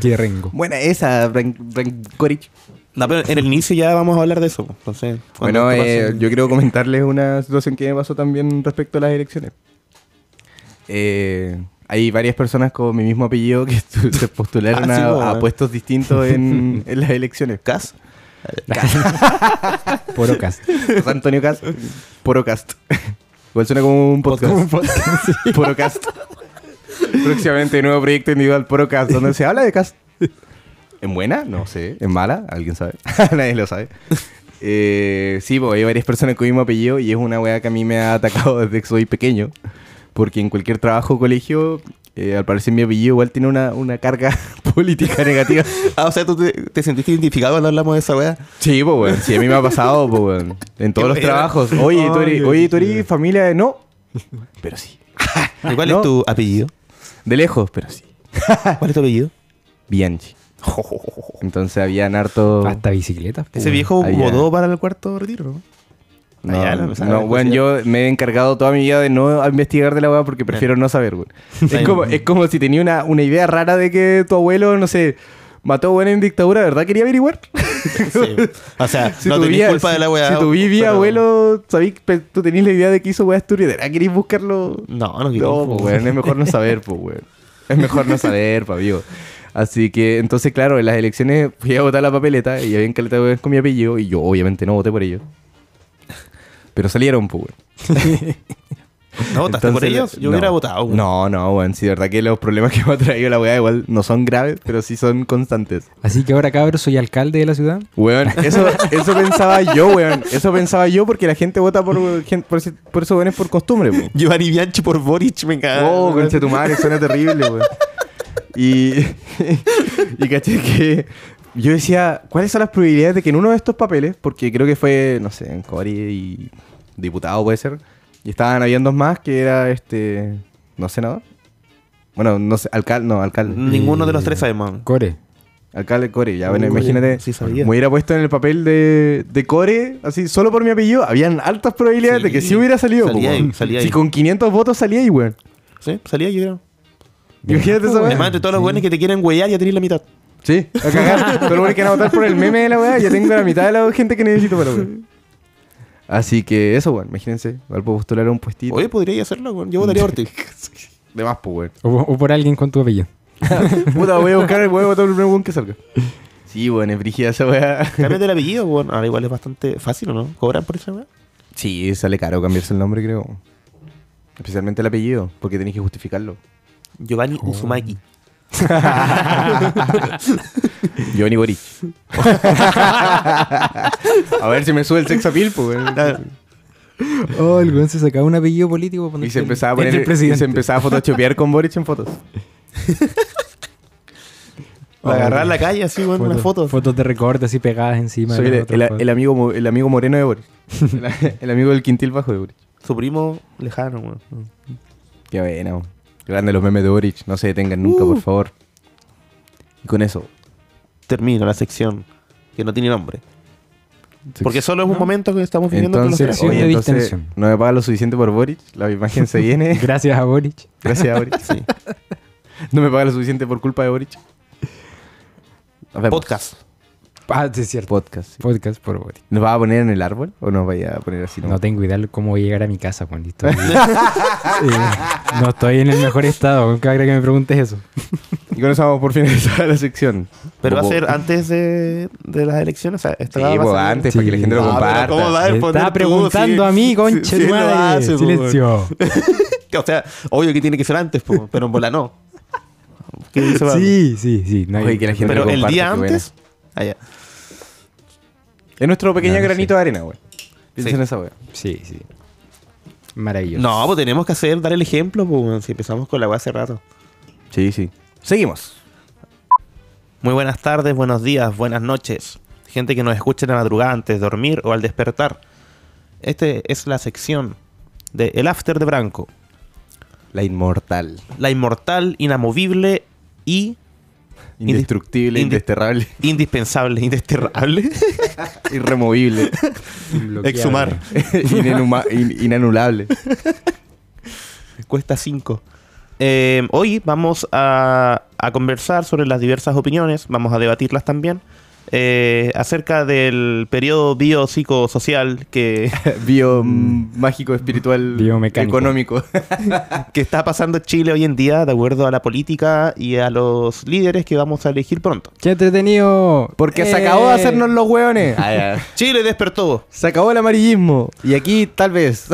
Que rengo.
Buena esa, Frank, Frank Gorich.
No, pero en el inicio ya vamos a hablar de eso. Entonces, cuando
Bueno,
esto
eh,
pase-
yo quiero comentarles una situación que me pasó también respecto a las elecciones. Eh, hay varias personas con mi mismo apellido que estu- se postularon
Ah, sí,
a-
po,
a,
weón.
puestos distintos en, en las elecciones.
Cas,
Por ocas.
José Antonio Cast, Porocast. Igual suena como un podcast. Porocast. Próximamente nuevo proyecto individual Porocast, donde se habla de cast. ¿En buena? No sé. ¿En mala? ¿Alguien sabe? Nadie lo sabe. Eh, sí, pues hay varias personas con el mismo apellido y es una weá que a mí me ha atacado desde que soy pequeño. Porque en cualquier trabajo o colegio, eh, al parecer mi apellido igual tiene una, una carga política negativa.
Ah, o sea, tú te, te sentiste identificado cuando hablamos de esa weá.
Sí, pues, weón. Sí, a mí me ha pasado, pues, weón. En todos
Qué
los
pena.
trabajos. Oye, tú eres,
Ay,
oye, tú eres familia de... No. Pero sí.
¿Y ¿Cuál
No.
es tu apellido?
De lejos, pero sí.
¿Cuál es tu apellido?
Bianchi. Entonces habían harto...
Hasta pues. bicicletas. po,
Oh. Ese
weón.
viejo
allá.
mudó para el cuarto retiro. ¿no?
No,
allá,
no,
no, sabe, pues,
weón,
ya.
yo me he encargado toda mi vida de no investigar de la weá porque prefiero no saber, weón. Es
Bien.
como, es como si tenía una, una idea rara de que tu abuelo, no sé, mató a weón en dictadura, ¿verdad? Quería averiguar.
Sí. O sea,
Si
no
tu
tenés
vida-
culpa de la
si-
weá.
Si tu vi, vi
pero-
abuelo, sabí, que pe- tú tenías la idea de que hizo weá Asturias, ¿de verdad queréis buscarlo?
No, no quiero.
No, pues, weón, es mejor no saber, pues, weón. Es mejor no saber, pa' vivo. Así que, entonces, claro, en las elecciones fui a votar la papeleta y había encaleta weón con mi apellido y yo obviamente no voté por ellos. Pero salieron, pues, weón.
¿No votaste por
Entonces,
ellos? Yo
no.
hubiera votado. weón.
No, no, weón. Sí, de verdad que los problemas que me ha traído la weá igual no son graves, pero sí son constantes.
Así que ahora, cabros, soy alcalde de la ciudad.
Weón, eso, eso pensaba yo, weón. Eso pensaba yo porque la gente vota por, gen- por, ese- por esos weones por costumbre, pues. weón.
Giovanni Bianchi por Boric, me encanta.
Oh, concha de tu madre, suena terrible, weón. Y, y caché que yo decía, ¿cuáles son las probabilidades de que en uno de estos papeles, porque creo que fue, no sé, en Cori y diputado puede ser, y estaban habiendo dos más que era este, no senador. Bueno, no sé, alcalde, no, alcalde.
Ninguno de los
Mm.
tres sabemos.
Core.
Alcalde Core, ya, bueno,
Uh,
imagínate,
sí sabía.
me hubiera puesto en el papel de, de Core, así, solo por mi apellido, habían altas probabilidades de que
Sí.
sí hubiera salido.
Salía
po,
ahí,
weón.
salía
si
ahí.
con 500 votos salía ahí, weón.
¿Sí? Salía yo. creo.
Imagínate esa weón.
Además, entre todos los buenos que te quieren huellar, ya tenés la mitad.
Sí, a cagar. Todo el mundo que van a votar por el meme de la weá, ya tengo la mitad de la gente que necesito para weá. Así que eso, weón, imagínense. Igual puedo postular a un puestito.
Oye, podría hacerlo, weón. Yo votaría por ti.
De más, pues,
O, o por alguien con tu apellido.
weón. Puta, voy a buscar el weón, voy a votar por el primer weón que salga. Sí, weón, es brigida esa weá.
Cámbiate el apellido, weón. Ahora igual es bastante fácil, ¿o no? ¿Cobran por esa weá?
Sí, sale caro cambiarse el nombre, creo. Especialmente el apellido, porque tenés que justificarlo.
Giovanni Uzumaki.
Johnny Boric. a ver si me sube el sex appeal, pues, weón.
Oh, el weón se sacaba un apellido político. para
Y
ponerse
se
el-
empezaba a
entre
poner.
el
y
presidente.
se empezaba a photoshopear con Boric en fotos. Oh,
Para agarrar la calle así, weón, una foto.
Fotos de recorte así pegadas encima.
Soy el,
de las otras
el-
fotos.
el amigo, mo- el amigo moreno de Boric. El, el amigo del quintil bajo de Boric.
Su primo lejano, weón.
Qué bueno. Grande los memes de Boric. No se detengan nunca,
Uh.
por favor. Y con eso.
Termino la sección que no tiene nombre. Porque solo es un momento que estamos viviendo con los
¿Ah? entonces,
tres.
sección
oye,
de
entonces,
distensión.
no me paga lo suficiente por Boric. La imagen se viene.
Gracias a Boric.
Gracias, Boric.
Sí.
No me paga lo suficiente por culpa de Boric. Nos vemos.
Podcast.
Ah, sí, es cierto.
Podcast. sí.
Podcast por Boric.
¿Nos va a poner en el árbol o nos vaya a poner así?
No tengo idea de cómo voy a llegar a mi casa, Juan. Listo. Eh, no estoy en el mejor estado. weón, Cada vez que me preguntes eso.
Y con eso vamos por finalizar la sección.
Pero va a
Poco-
ser antes de, de las elecciones. O sea,
Sí,
esta va a
pues,
ser-
antes,
Sí.
para que la gente lo
Ah, pero
comparta.
¿cómo va? Ah,
Me
poner
estaba
tú,
preguntando
sí.
a mí, conche
Sí, sí,
tu
lo
madre.
hace, po,
Silencio.
O sea, obvio que tiene que ser antes, po, pero en bola no. ¿Qué dice Pablo?
Sí, sí, sí. no hay-
Oye, que la gente-
Pero
lo
el
comparte,
día
qué
antes. Ah, ya.
Es nuestro pequeño
No, no
granito de arena, güey. Piensa
Sí.
en esa, güey.
Sí, sí. Maravilloso.
No, pues tenemos que hacer, dar el ejemplo, pues, si empezamos con la weá hace rato.
Sí, sí. Seguimos.
Muy buenas tardes, buenos días, buenas noches. Gente que nos escucha en la madrugada antes de dormir o al despertar. Este es la sección de El After de Branco.
La inmortal.
La inmortal, inamovible y
Indestructible,
Indi-
indesterrable,
indispensable, indesterrable.
irremovible,
Exhumar.
inenuma- in- inanulable.
Cuesta 5. hoy vamos a, a conversar sobre las diversas opiniones, vamos a debatirlas también, eh, acerca del periodo biopsicosocial que,
Bio mágico, espiritual,
Biomecánico.
económico.
que está pasando en Chile hoy en día, de acuerdo a la política y a los líderes que vamos a elegir pronto.
¡Qué entretenido!
Porque se
¡Eh!
acabó de hacernos los hueones.
Chile despertó.
Se acabó el amarillismo. Y aquí tal vez.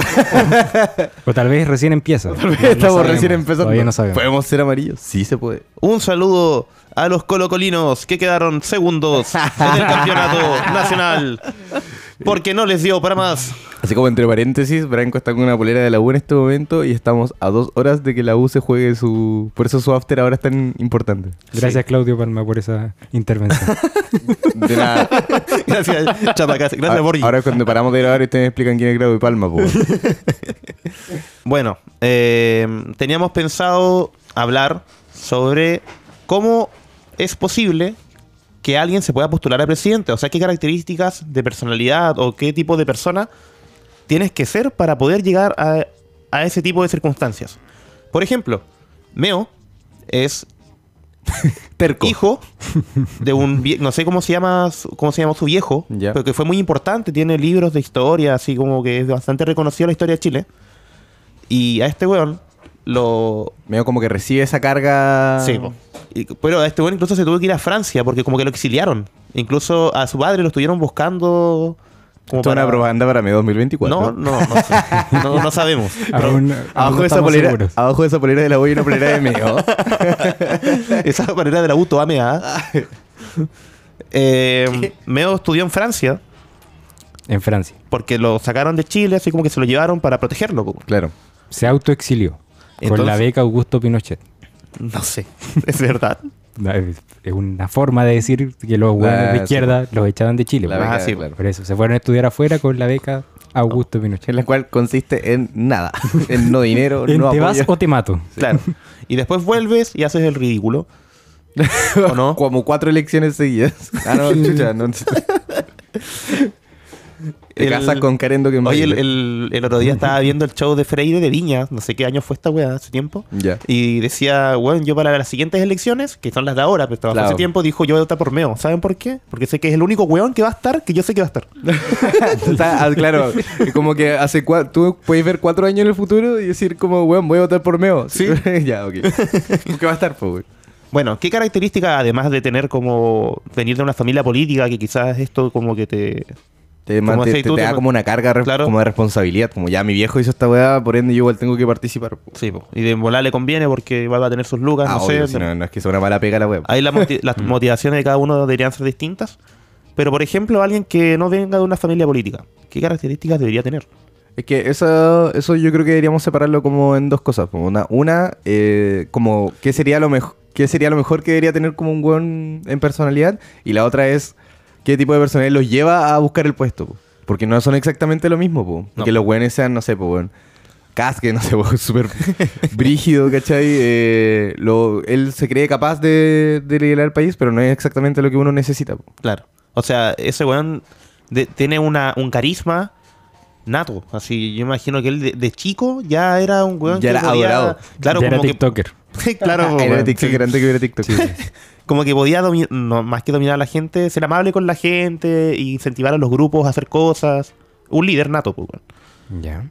O tal vez recién empieza.
Estamos recién empezando.
Todavía no sabemos.
¿Podemos ser amarillos? Sí se puede.
Un saludo a los colocolinos que quedaron segundos en el campeonato nacional porque no les dio para más.
Así como entre paréntesis, Branco está con una polera de la U en este momento y estamos a dos horas de que la U se juegue su... Por eso su after ahora es tan importante.
Gracias, Claudio Palma, por esa intervención.
De nada.
Gracias, Chapacas. Gracias,
A-
Borgi.
Ah, Ahora cuando paramos de grabar ustedes me explican quién es Grado de Palma, po.
Bueno, eh, teníamos pensado hablar sobre cómo es posible que alguien se pueda postular a presidente. O sea, qué características de personalidad o qué tipo de persona tienes que ser para poder llegar a, a ese tipo de circunstancias. Por ejemplo, Meo es
Terco.
hijo de un vie- no sé cómo se llama su- cómo se llamó su viejo
Ya.
pero que fue muy importante tiene libros de historia así como que es bastante reconocido la historia de Chile y a este weón lo
Medio como que recibe esa carga...
sí, po. Y- pero a este weón incluso se tuvo que ir a Francia porque como que lo exiliaron incluso a su padre lo estuvieron buscando como
Esto es una propaganda para mi 2024.
no no no, sé. no no sabemos
Aún- aún
Abajo
no
de, esa
estamos
polera,
seguros.
abajo de esa polera de la U hay una polera de Meo.
Esa manera de la UTO AMA. Eh, Meo estudió en Francia
En Francia.
porque lo sacaron de Chile, así como que se lo llevaron para protegerlo. po.
claro.
Se autoexilió. Con la
Entonces-
beca Augusto Pinochet.
No sé, es verdad.
No, Es es una forma de decir que los hueones
Ah,
de
sí.
izquierda los echaban de Chile.
La
pues.
beca,
verdad,
sí,
claro.
Por eso, se fueron a estudiar afuera con la beca Augusto Pinochet.
En la cual consiste en nada. En no dinero,
En
no
¿Te vas
apoyo.
o te mato?
Claro. Y después vuelves y haces el ridículo. ¿O no?
Como cuatro elecciones seguidas. Ah, no, chucha, no. Te
El-
casas con Karen que
Oye, el, el- el otro día estaba viendo el show de Freire de Viña, no sé qué año fue esta weá, hace tiempo.
Ya.
Y decía, bueno, yo para las siguientes elecciones, que son las de ahora, pero estaba
Claro.
hace tiempo, dijo, yo voy a votar por Meo. ¿Saben por qué? Porque sé que es el único weón que va a estar, que yo sé que va a estar.
Está- ah, claro, como que hace cua- tú puedes ver cuatro años en el futuro y decir como, weón, voy a votar por Meo.
Sí.
ya, ok. ¿Qué va a estar, po, weón?
Bueno, ¿qué características, además de tener como venir de una familia política, que quizás esto como que te...
Te,
Como
man- te-
decís
te-
tú, te
te da
man-
como una carga re-
Claro.
como de responsabilidad. Como ya mi viejo hizo esta weá, por ende yo igual tengo que participar. po.
Sí, po. y de volar le conviene porque igual va a tener sus lucas,
Ah,
no
obvio,
sé.
si no, no es que sea una mala pega la weá.
Ahí la moti- las motivaciones de cada uno deberían ser distintas. Pero, por ejemplo, alguien que no venga de una familia política, ¿qué características debería tener?
Es que eso, eso yo creo que deberíamos separarlo como en dos cosas. como Una, una eh, como qué sería lo mejor qué sería lo mejor que debería tener como un weón en personalidad. Y la otra es qué tipo de personalidad los lleva a buscar el puesto. po. Porque no son exactamente lo mismo, po.
No.
Que los weones sean, no sé, po, weón. Casque, no sé, po, súper brígido, ¿cachai? Eh, lo- él se cree capaz de, de liderar el país, pero no es exactamente lo que uno necesita. po.
Claro. O sea, ese weón de- tiene una, un carisma nato. Así, yo imagino que él de, de chico ya era un weón
Ya
que
era adorado.
Claro,
Ya era
como que,
TikToker.
Sí, claro, po,
Era
weón.
TikTok, era antes que hubiera TikTok.
como que podía domi- no, más que dominar a la gente, ser amable con la gente, incentivar a los grupos a hacer cosas. Un líder nato, pues, weón.
Ya.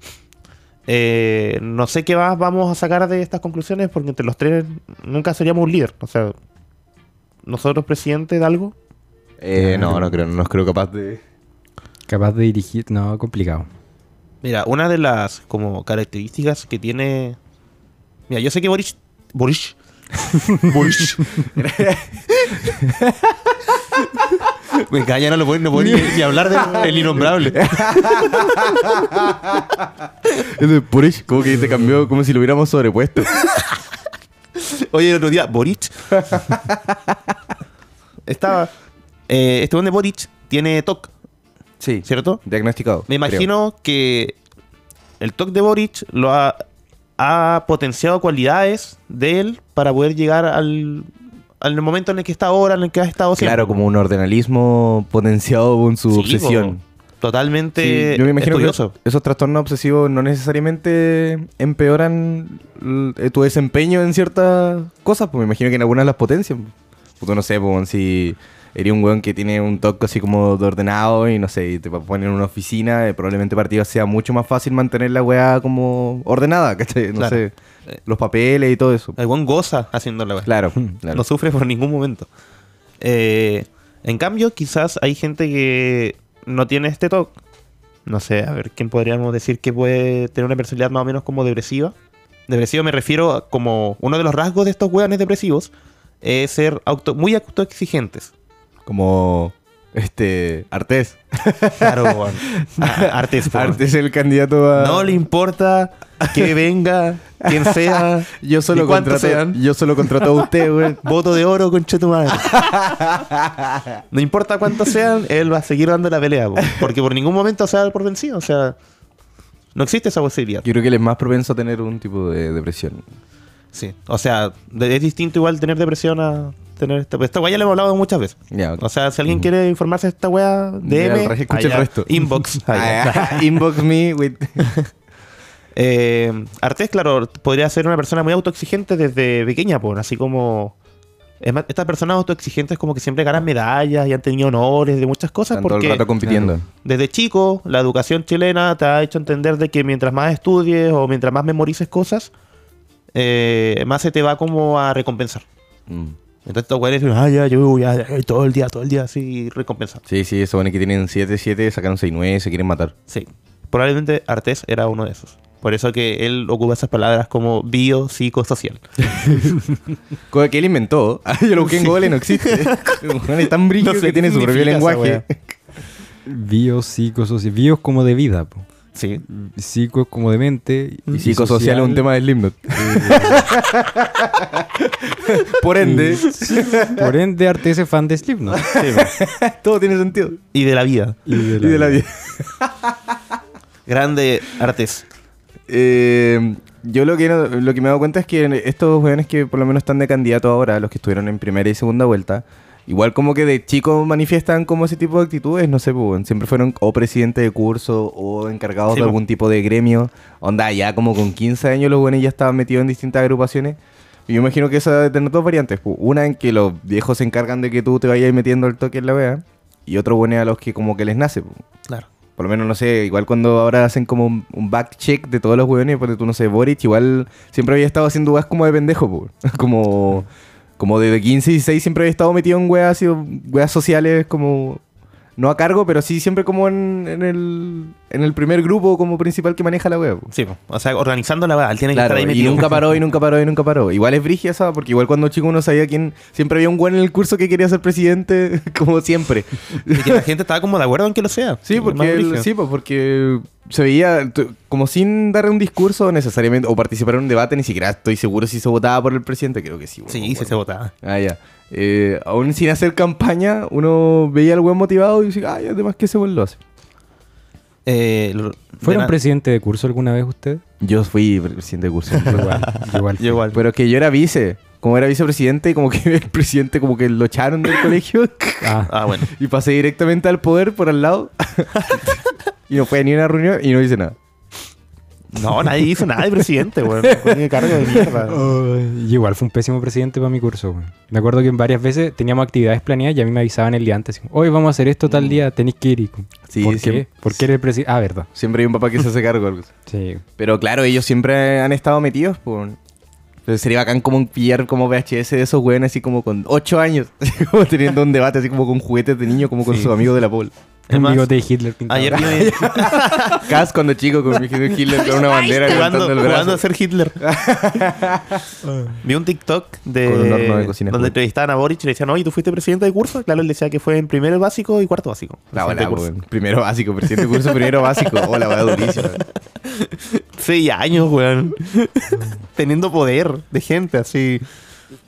Eh, no sé qué más vamos a sacar de estas conclusiones porque entre los tres nunca seríamos un líder. O sea, nosotros presidente de algo.
Eh, no, no creo, no nos creo capaz de...
Capaz de dirigir. No, complicado.
Mira, una de las como características que tiene... Mira, yo sé que Boris... Boris... Boris... Me engaña, no lo pueden, no pueden ni, ni hablar del el innombrable.
Es de Purish, como que se cambió como si lo hubiéramos sobrepuesto.
Oye, el otro día, Boric. Estaba... eh, este buen de Boric tiene TOC,
Sí.
¿cierto?
Diagnosticado.
Me imagino que el TOC de Boric lo ha ha potenciado cualidades de él para poder llegar al, al momento en el que está ahora, en el que ha estado siempre.
Claro, como un ordenalismo potenciado con su
Sí,
obsesión.
po. Totalmente
Sí, yo me imagino
este estudioso.
que esos trastornos obsesivos no necesariamente empeoran l- eh, tu desempeño en ciertas cosas, pues me imagino que en algunas las potencian. Puto, no sé, pues, weón, si eres un weón que tiene un toque así como de ordenado y no sé, y te pa- ponen en una oficina, eh, probablemente para ti sea mucho más fácil mantener la weá como ordenada, ¿cachai? No
Claro.
sé, los papeles y todo eso.
El buen goza haciéndole la wea.
Claro, claro.
No sufre por ningún momento. Eh, en cambio, quizás hay gente que no tiene este toque. No sé, a ver, ¿quién podríamos decir que puede tener una personalidad más o menos como depresiva? Depresivo me refiero a como uno de los rasgos de estos hueones depresivos es ser auto- muy autoexigentes.
Como este Artés.
Claro, weón. A- Artes, weón.
Artés es el candidato a
No le importa que venga quien sea.
Ah, Yo
¿Y
solo
cuántos
contrato,
sean?
yo solo contrato a usted, güey.
Voto de oro, concha tu madre. No importa cuántos sean, él va a seguir dando la pelea, po, porque por ningún momento se va a dar por vencido. O sea, no existe esa posibilidad.
Yo creo que él es más propenso a tener un tipo de depresión.
Sí. O sea, de- es distinto igual tener depresión a tener esta. Esta weá ya la hemos hablado muchas veces.
Ya, ok.
O sea, si alguien quiere informarse de esta weá, DM.
Ya, el re- escucha el
allá,
resto.
Inbox. allá.
Ah, Inbox me with...
Eh, Artés, claro, podría ser una persona muy autoexigente desde pequeña, pues, así como... Es más, estas personas autoexigentes como que siempre ganan medallas y han tenido honores de muchas cosas
Están todo el
porque
rato compitiendo.
desde chico la educación chilena te ha hecho entender de que mientras más estudies o mientras más memorices cosas, eh, más se te va como a recompensar.
Mm.
Entonces estos güeyes dicen, ah, ya, yo, ya, ya, todo el día, todo el día así recompensar.
Sí, sí, eso bueno que tienen 7-7, sacaron 6-9, se quieren matar.
Sí. Probablemente Artés era uno de esos. Por eso que él ocupa esas palabras como bio, psicosocial.
Cosa que él inventó. Ah, yo lo busqué en Google y no existe. Bueno, es tan brillo
No sé
que
qué
tiene su propio
significa esa
lenguaje.
Bios, psicosocial. Bios como de vida, po.
Sí.
Psico es como de mente.
Y psicosocial es un tema de Slipknot. Por ende,
Por ende, Arte es fan de Slipknot.
todo tiene sentido.
Y de la vida.
Y
Y de la vida.
Grande artes.
Eh, yo lo que, no- lo que me he dado cuenta es que estos jóvenes que por lo menos están de candidato ahora, los que estuvieron en primera y segunda vuelta, igual como que de chicos manifiestan como ese tipo de actitudes, no sé, pues, weón, siempre fueron o presidente de curso o encargados
Sí,
de
po.
algún tipo de gremio. Onda, ya como con 15 años los jóvenes ya estaban metidos en distintas agrupaciones. Y yo imagino que eso debe tener dos variantes. pues. Una en que los viejos se encargan de que tú te vayas metiendo el toque en la vea. Y otro bueno a los que como que les nace. pues.
Claro.
Por lo menos, no sé, igual cuando ahora hacen como un, un back check de todos los hueones, porque tú no sé, Boric, igual siempre había estado haciendo weas como de pendejo, po. como, como desde 15 y 16 siempre había estado metido en weas, así, weas sociales como, no a cargo, pero sí siempre como en, en el, en el primer grupo como principal que maneja la wea. po.
Sí, po. o sea, organizando la él tiene que
Claro,
estar ahí
y
metido.
nunca paró, y nunca paró, y nunca paró. Igual es brigia esa, porque igual cuando chico uno sabía quién... Siempre había un weón en el curso que quería ser presidente, como siempre.
Y que la gente estaba como de acuerdo en que lo sea.
Sí,
Es
porque,
más
el-
brígido.
sí, pues, porque se veía t- como sin dar un discurso necesariamente o participar en un debate, ni siquiera estoy seguro si se votaba por el presidente, creo que sí.
Sí,
bueno,
sí se
bueno.
votaba.
Ah, ya. Eh, aún sin hacer campaña, uno veía al buen motivado y decía, ay, además que ese buen lo hace.
Eh, lo- de
¿Fueron
na-
presidente de curso alguna vez ustedes?
Yo fui presidente de curso.
Igual, igual.
Yo igual.
Pero que yo era vice, como era vicepresidente, como que el presidente como que lo echaron del colegio
Ah,
Ah, bueno.
y pasé directamente al poder por al lado y no fue ni a una reunión y no hice nada.
No, nadie hizo nada de presidente, weón. Tiene cargo de mierda.
y igual fue un pésimo presidente para mi curso. güey. Me acuerdo que en varias veces teníamos actividades planeadas y a mí me avisaban el día antes. como, Hoy vamos a hacer esto tal día, tenéis que ir. Y como,
Sí,
¿Por
siempre-
qué? ¿Por qué eres el presidente? Ah, verdad.
Siempre hay un papá que se hace cargo. algo así.
Sí.
Pero claro, ellos siempre han estado metidos, pues. Entonces sería bacán como pillar como VHS de esos güeyes así como con 8 años, así como teniendo un debate así como con juguetes de niño, como con
Sí.
sus amigos de la pol.
Es
Un
más,
bigote de Hitler pintado.
Ayer vine
Cas cuando chico con Miguel Hitler con una bandera
jugando, jugando
levantando el
a
brazo.
ser Hitler. Vi un TikTok de,
Con un horno de cocina
donde
juguete.
entrevistaban a Boric y le decían, oye, ¿tú fuiste presidente de curso? Claro, él decía que fue en primero básico y cuarto básico.
La
Presidente de
bola,
curso.
weón. Primero básico, presidente de curso, primero básico. Hola, la bola durísima.
Seis años, weón. Teniendo poder de gente así.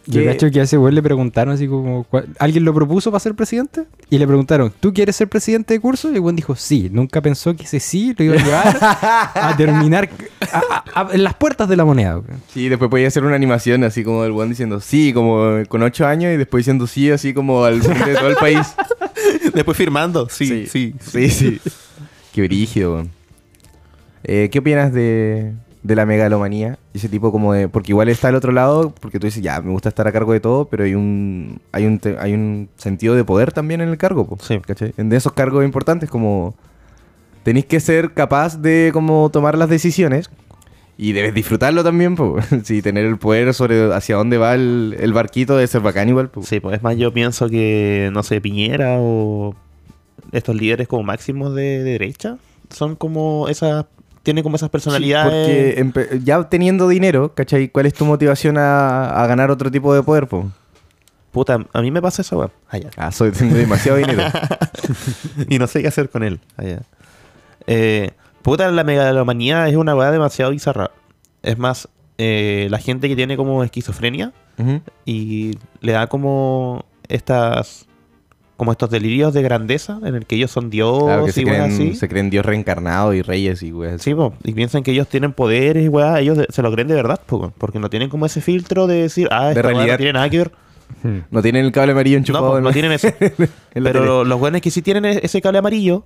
Yo
que-
cacho que a ese güey le preguntaron así como... ¿cuál- ¿Alguien lo propuso para ser presidente? Y le preguntaron, ¿tú quieres ser presidente de curso? Y el güey dijo, sí. Nunca pensó que ese sí lo iba a llevar a terminar a- a- a- en las puertas de la moneda. weón.
Sí, después podía hacer una animación así como del weón diciendo sí, como con ocho años, y después diciendo sí, así como al frente de todo el país.
Después firmando. Sí, sí.
sí. sí. Qué brígido, weón. Eh, ¿Qué opinas de, de la megalomanía? Ese tipo como de... Porque igual está al otro lado, porque tú dices, ya, me gusta estar a cargo de todo, pero hay un hay un, te- hay un sentido de poder también en el cargo, po,
Sí.
¿cachai? En esos cargos importantes, como... Tenéis que ser capaz de como tomar las decisiones y debes disfrutarlo también, po. Sí, tener el poder sobre hacia dónde va el, el barquito de ser bacán igual, po.
Sí, pues es más, yo pienso que, no sé, Piñera o estos líderes como máximos de, de derecha son como esas, tienen como esas personalidades.
Sí, porque empe- ya teniendo dinero, ¿cachai? ¿Cuál es tu motivación a, a ganar otro tipo de poder, po?
Puta, a mí me pasa esa weá. Allá.
Ah, soy, tengo demasiado dinero.
y no sé qué hacer con él. Allá. Ah, Eh, puta, la megalomanía es una weá demasiado bizarra. Es más, eh, la gente que tiene como esquizofrenia
Ujú.
y le da como estas como estos delirios de grandeza en el que ellos son dios
Claro, que se
y weas así.
creen, se creen Dios reencarnado y reyes y weas.
Sí, po, y piensan que ellos tienen poderes y weá, ellos de- se lo creen de verdad, po, weón, porque no tienen como ese filtro de decir, ah, esta weá
realidad.
no tiene nada que ver.
No tienen el cable amarillo
No,
enchufado
po,
en
no
la-
tienen eso.
en la
Pero
tele.
los weones que sí tienen e- ese cable amarillo,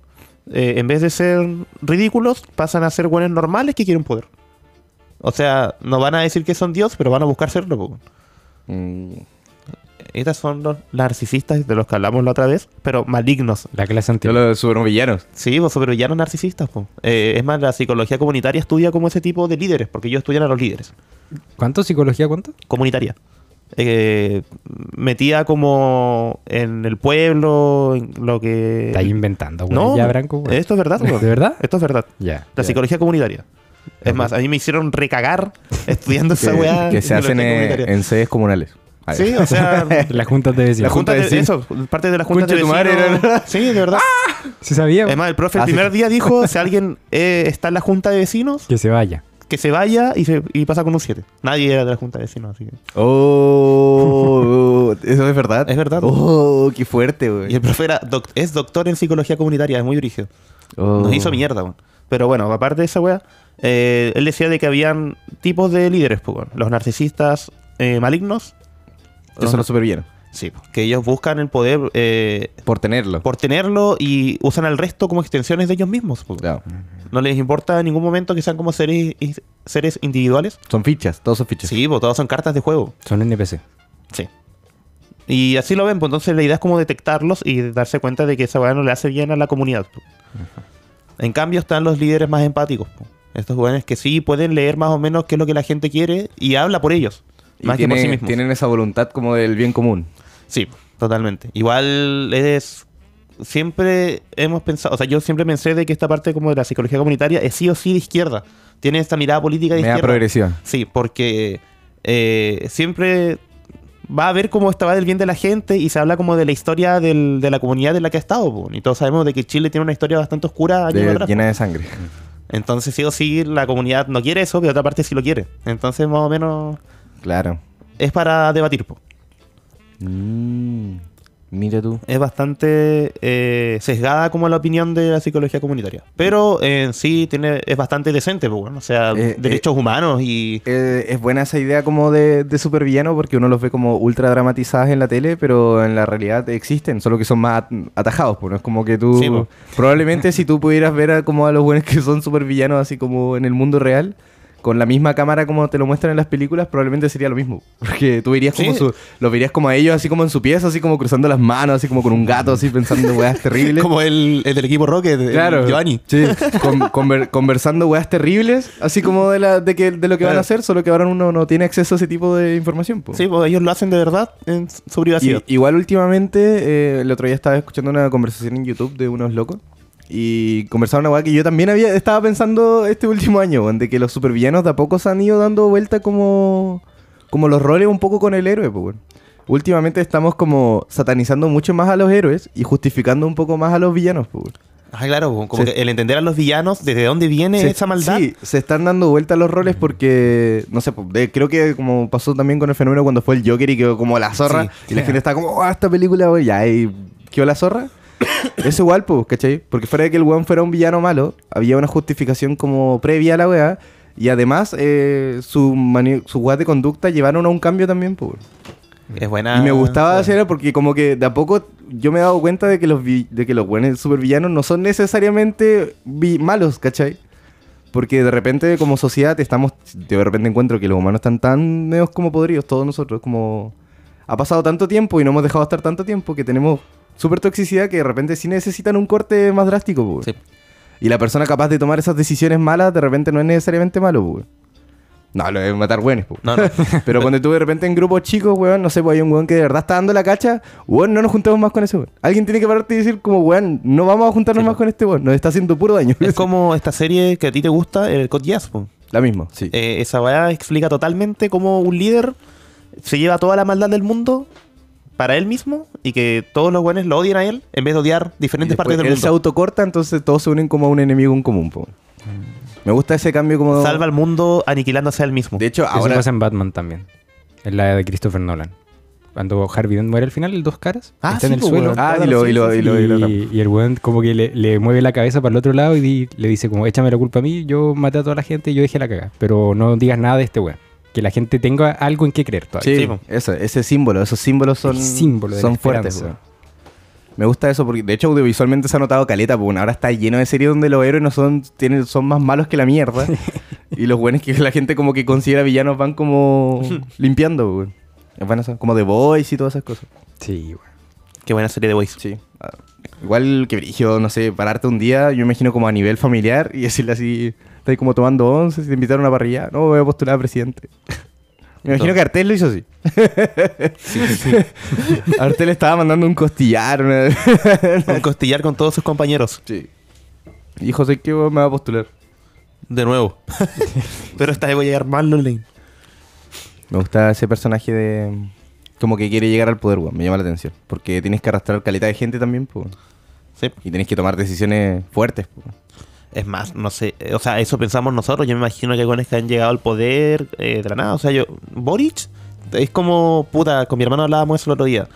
eh, en vez de ser ridículos, pasan a ser weones normales que quieren poder. O sea, no van a decir que son Dios, pero van a buscar serlo, po, weón.
Mm,
Estas son los narcisistas de los que hablamos la otra vez, pero malignos.
La clase
Yo
anterior.
los supervillanos.
Sí, vos pero ya no narcisistas, po. Eh, es más, la psicología comunitaria estudia como ese tipo de líderes, porque ellos estudian a los líderes.
¿Cuánto? ¿Psicología cuánto?
comunitaria. Eh, metida como en el pueblo, en lo que...
Está ahí inventando, güey.
no,
ya, Branco, güey.
esto es verdad. güey.
¿De verdad?
Esto es verdad.
Ya.
La psicología comunitaria. Es más, a mí me hicieron recagar estudiando esa weá.
Que, que se
psicología
hacen en,
comunitaria.
en sedes comunales. Ay.
Sí, o sea...
La junta de
mm, la
vecinos.
junta
junta de
de,
vecinos.
eso, parte de la junta
Concha
de
tu madre,
vecinos.
¿de verdad?
Sí, de verdad.
¿Se sabía?
Es más, el profe el
Ah, sí.
primer día dijo, si alguien eh, está en la junta de vecinos,
Que se vaya.
que se vaya y, se- y pasa con un 7. Nadie era de la junta de vecinos, así que...
Oh, eso es verdad.
Es verdad.
Oh, qué fuerte,
Y
wey.
el profe era doc- es doctor en psicología comunitaria, es muy brígido.
Oh.
Nos hizo mierda, weón. Pero bueno, aparte de esa weá, eh, él decía de que habían tipos de líderes, pues, weón. Los narcisistas eh, malignos,
Esos son los supervillanos.
sí, pues, que ellos buscan el poder eh,
Por tenerlo.
por tenerlo y usan al resto como extensiones de ellos mismos. pues, weón.
Claro.
No les importa en ningún momento que sean como seres, i- seres individuales.
Son fichas, todos son fichas.
Sí, pues, todos son cartas de juego.
Son NPC.
Sí. Y así lo ven, pues entonces la idea es como detectarlos y darse cuenta de que esa weá no le hace bien a la comunidad. po. En cambio están los líderes más empáticos. po. Estos jóvenes que sí pueden leer más o menos qué es lo que la gente quiere y habla por ellos.
Y
más que por
tienen-
sí mismos.
Tienen esa voluntad como del bien común.
Sí, totalmente. Igual es... Siempre hemos pensado, o sea, yo siempre pensé de que esta parte como de la psicología comunitaria es sí o sí de izquierda. Tiene esta mirada política de
Me da
izquierda.
progresiva.
Sí, porque eh, siempre va a ver cómo estaba del bien de la gente y se habla como de la historia del- de la comunidad en la que ha estado. po. Y todos sabemos de que Chile tiene una historia bastante oscura años
de-
atrás.
llena de sangre.
Entonces, sí o sí, la comunidad no quiere eso, pero otra parte sí lo quiere. Entonces, más o menos,
Claro.
es para debatir. po. Mm,
mira tú.
Es bastante eh, sesgada como la opinión de la psicología comunitaria. Pero eh, en sí tiene, es bastante decente, po, bueno, o sea,
Eh,
derechos humanos y...
es buena esa idea como de, de supervillano porque uno los ve como ultra dramatizados en la tele, pero en la realidad existen, solo que son más at- atajados. pues, No es como que tú...
Sí, po.
probablemente si tú pudieras ver a, como a los buenos que son supervillanos así como en el mundo real, con la misma cámara como te lo muestran en las películas, probablemente sería lo mismo. Porque tú verías como
Sí.
su- los verías como a ellos así como en su pieza, así como cruzando las manos, así como con un gato, así pensando weas terribles.
Como el, el del equipo Rocket, el
Claro.
Giovanni.
Sí. Con- conver- conversando weas terribles, así como de, la, de, que, de lo que van a
Claro.
hacer, solo que ahora uno no tiene acceso a ese tipo de información. po.
Sí, pues ellos lo hacen de verdad en su
Y-
privacidad.
igual últimamente, eh, el otro día estaba escuchando una conversación en YouTube de unos locos. Y conversaron una weá que yo también había, estaba pensando este último año, weón, de que los supervillanos de a poco se han ido dando vuelta como, como los roles un poco con el héroe, pues, weón. Últimamente estamos como satanizando mucho más a los héroes y justificando un poco más a los villanos, pues, weón.
Ah, claro, como
Sí.
que el entender a los villanos, desde dónde viene
Se-
esa maldad.
Sí, se están dando vuelta los roles porque, no sé, po, de- creo que como pasó también con el fenómeno cuando fue el Joker y quedó como la zorra.
Sí.
Y la gente estaba como, ah, esta película, güey, ya, y quedó la zorra. es igual, pues, ¿cachai? Porque fuera de que el weón fuera un villano malo, había una justificación como previa a la weá. Y además, eh, su, mani- su guas de conducta llevaron a un cambio también, pues. weón.
Es buena.
y me gustaba
sí.
hacer porque como que de a poco yo me he dado cuenta de que los vi- de que los buenos supervillanos no son necesariamente vi- malos, ¿cachai? Porque de repente como sociedad estamos de repente encuentro que los humanos están tan meos como podridos todos nosotros, como ha pasado tanto tiempo y no hemos dejado estar tanto tiempo que tenemos super toxicidad que de repente sí necesitan un corte más drástico, pues.
Sí.
Y la persona capaz de tomar esas decisiones malas de repente no es necesariamente malo, pues. No, lo de matar buenos, pues.
No, no.
Pero cuando tú de repente en grupos chicos, weón, no sé, pues hay un weón que de verdad está dando la cacha, weón, no nos juntemos más con ese weón. Alguien tiene que pararte y decir como, weón, no vamos a juntarnos
Sí,
más
po.
con este weón, nos está haciendo puro daño.
es como esta serie que a ti te gusta, el Code Jazz. po.
La misma, sí.
Eh, esa weá explica totalmente cómo un líder se lleva toda la maldad del mundo para él mismo y que todos los weones lo odian a él en vez de odiar
Y
diferentes
después
partes del
él se
mundo.
autocorta, entonces todos se unen como a un enemigo en común, po. Me gusta ese cambio como...
Salva al mundo aniquilándose a él mismo.
De hecho,
Eso
ahora...
pasa en Batman también. En la de Christopher Nolan. Cuando Harvey Dent muere al final, el dos caras
Ah,
está
sí,
en el
po,
suelo.
weón.
Ah, dilo, dilo,
Y,
dilo, dilo.
y el weón como que le, le mueve la cabeza para el otro lado y di- le dice como, échame la culpa a mí, yo maté a toda la gente y yo dejé la caga. Pero no digas nada de este weón. Que la gente tenga algo en qué creer todavía.
Sí,
Sí, po.
eso, ese símbolo, esos símbolos son,
El símbolo de la
son fuertes.
esperanza.
po. Me gusta eso porque, de hecho, audiovisualmente se ha notado caleta, porque ahora está lleno de series donde los héroes no son, tienen, son más malos que la mierda. y los buenos que la gente como que considera villanos van como limpiando, po, weón. Es bueno eso, como The Voice y todas esas cosas.
Sí, weón.
Qué buena serie de Boys.
Sí. Ah, Igual que brillo, no sé, pararte un día, yo imagino como a nivel familiar y decirle así, estás como tomando once, si te invitaron a una parrilla, no, me voy a postular a presidente. Me imagino que Artel lo hizo así. Artel estaba mandando un costillar. una-
Un costillar con todos sus compañeros.
sí. Hijo, sé que me va a postular.
De nuevo. Pero esta vez voy a llegar más lane.
Me gusta ese personaje de... Como que quiere llegar al poder, weón. Me llama la atención. Porque tienes que arrastrar calidad de gente también, pues.
Sí.
Y tenés que tomar decisiones fuertes, po.
Es más, no sé, eh, o sea, eso pensamos nosotros. Yo me imagino que con es que han llegado al poder eh, de la nada. O sea, yo, Boric es como, puta, con mi hermano hablábamos eso el otro día.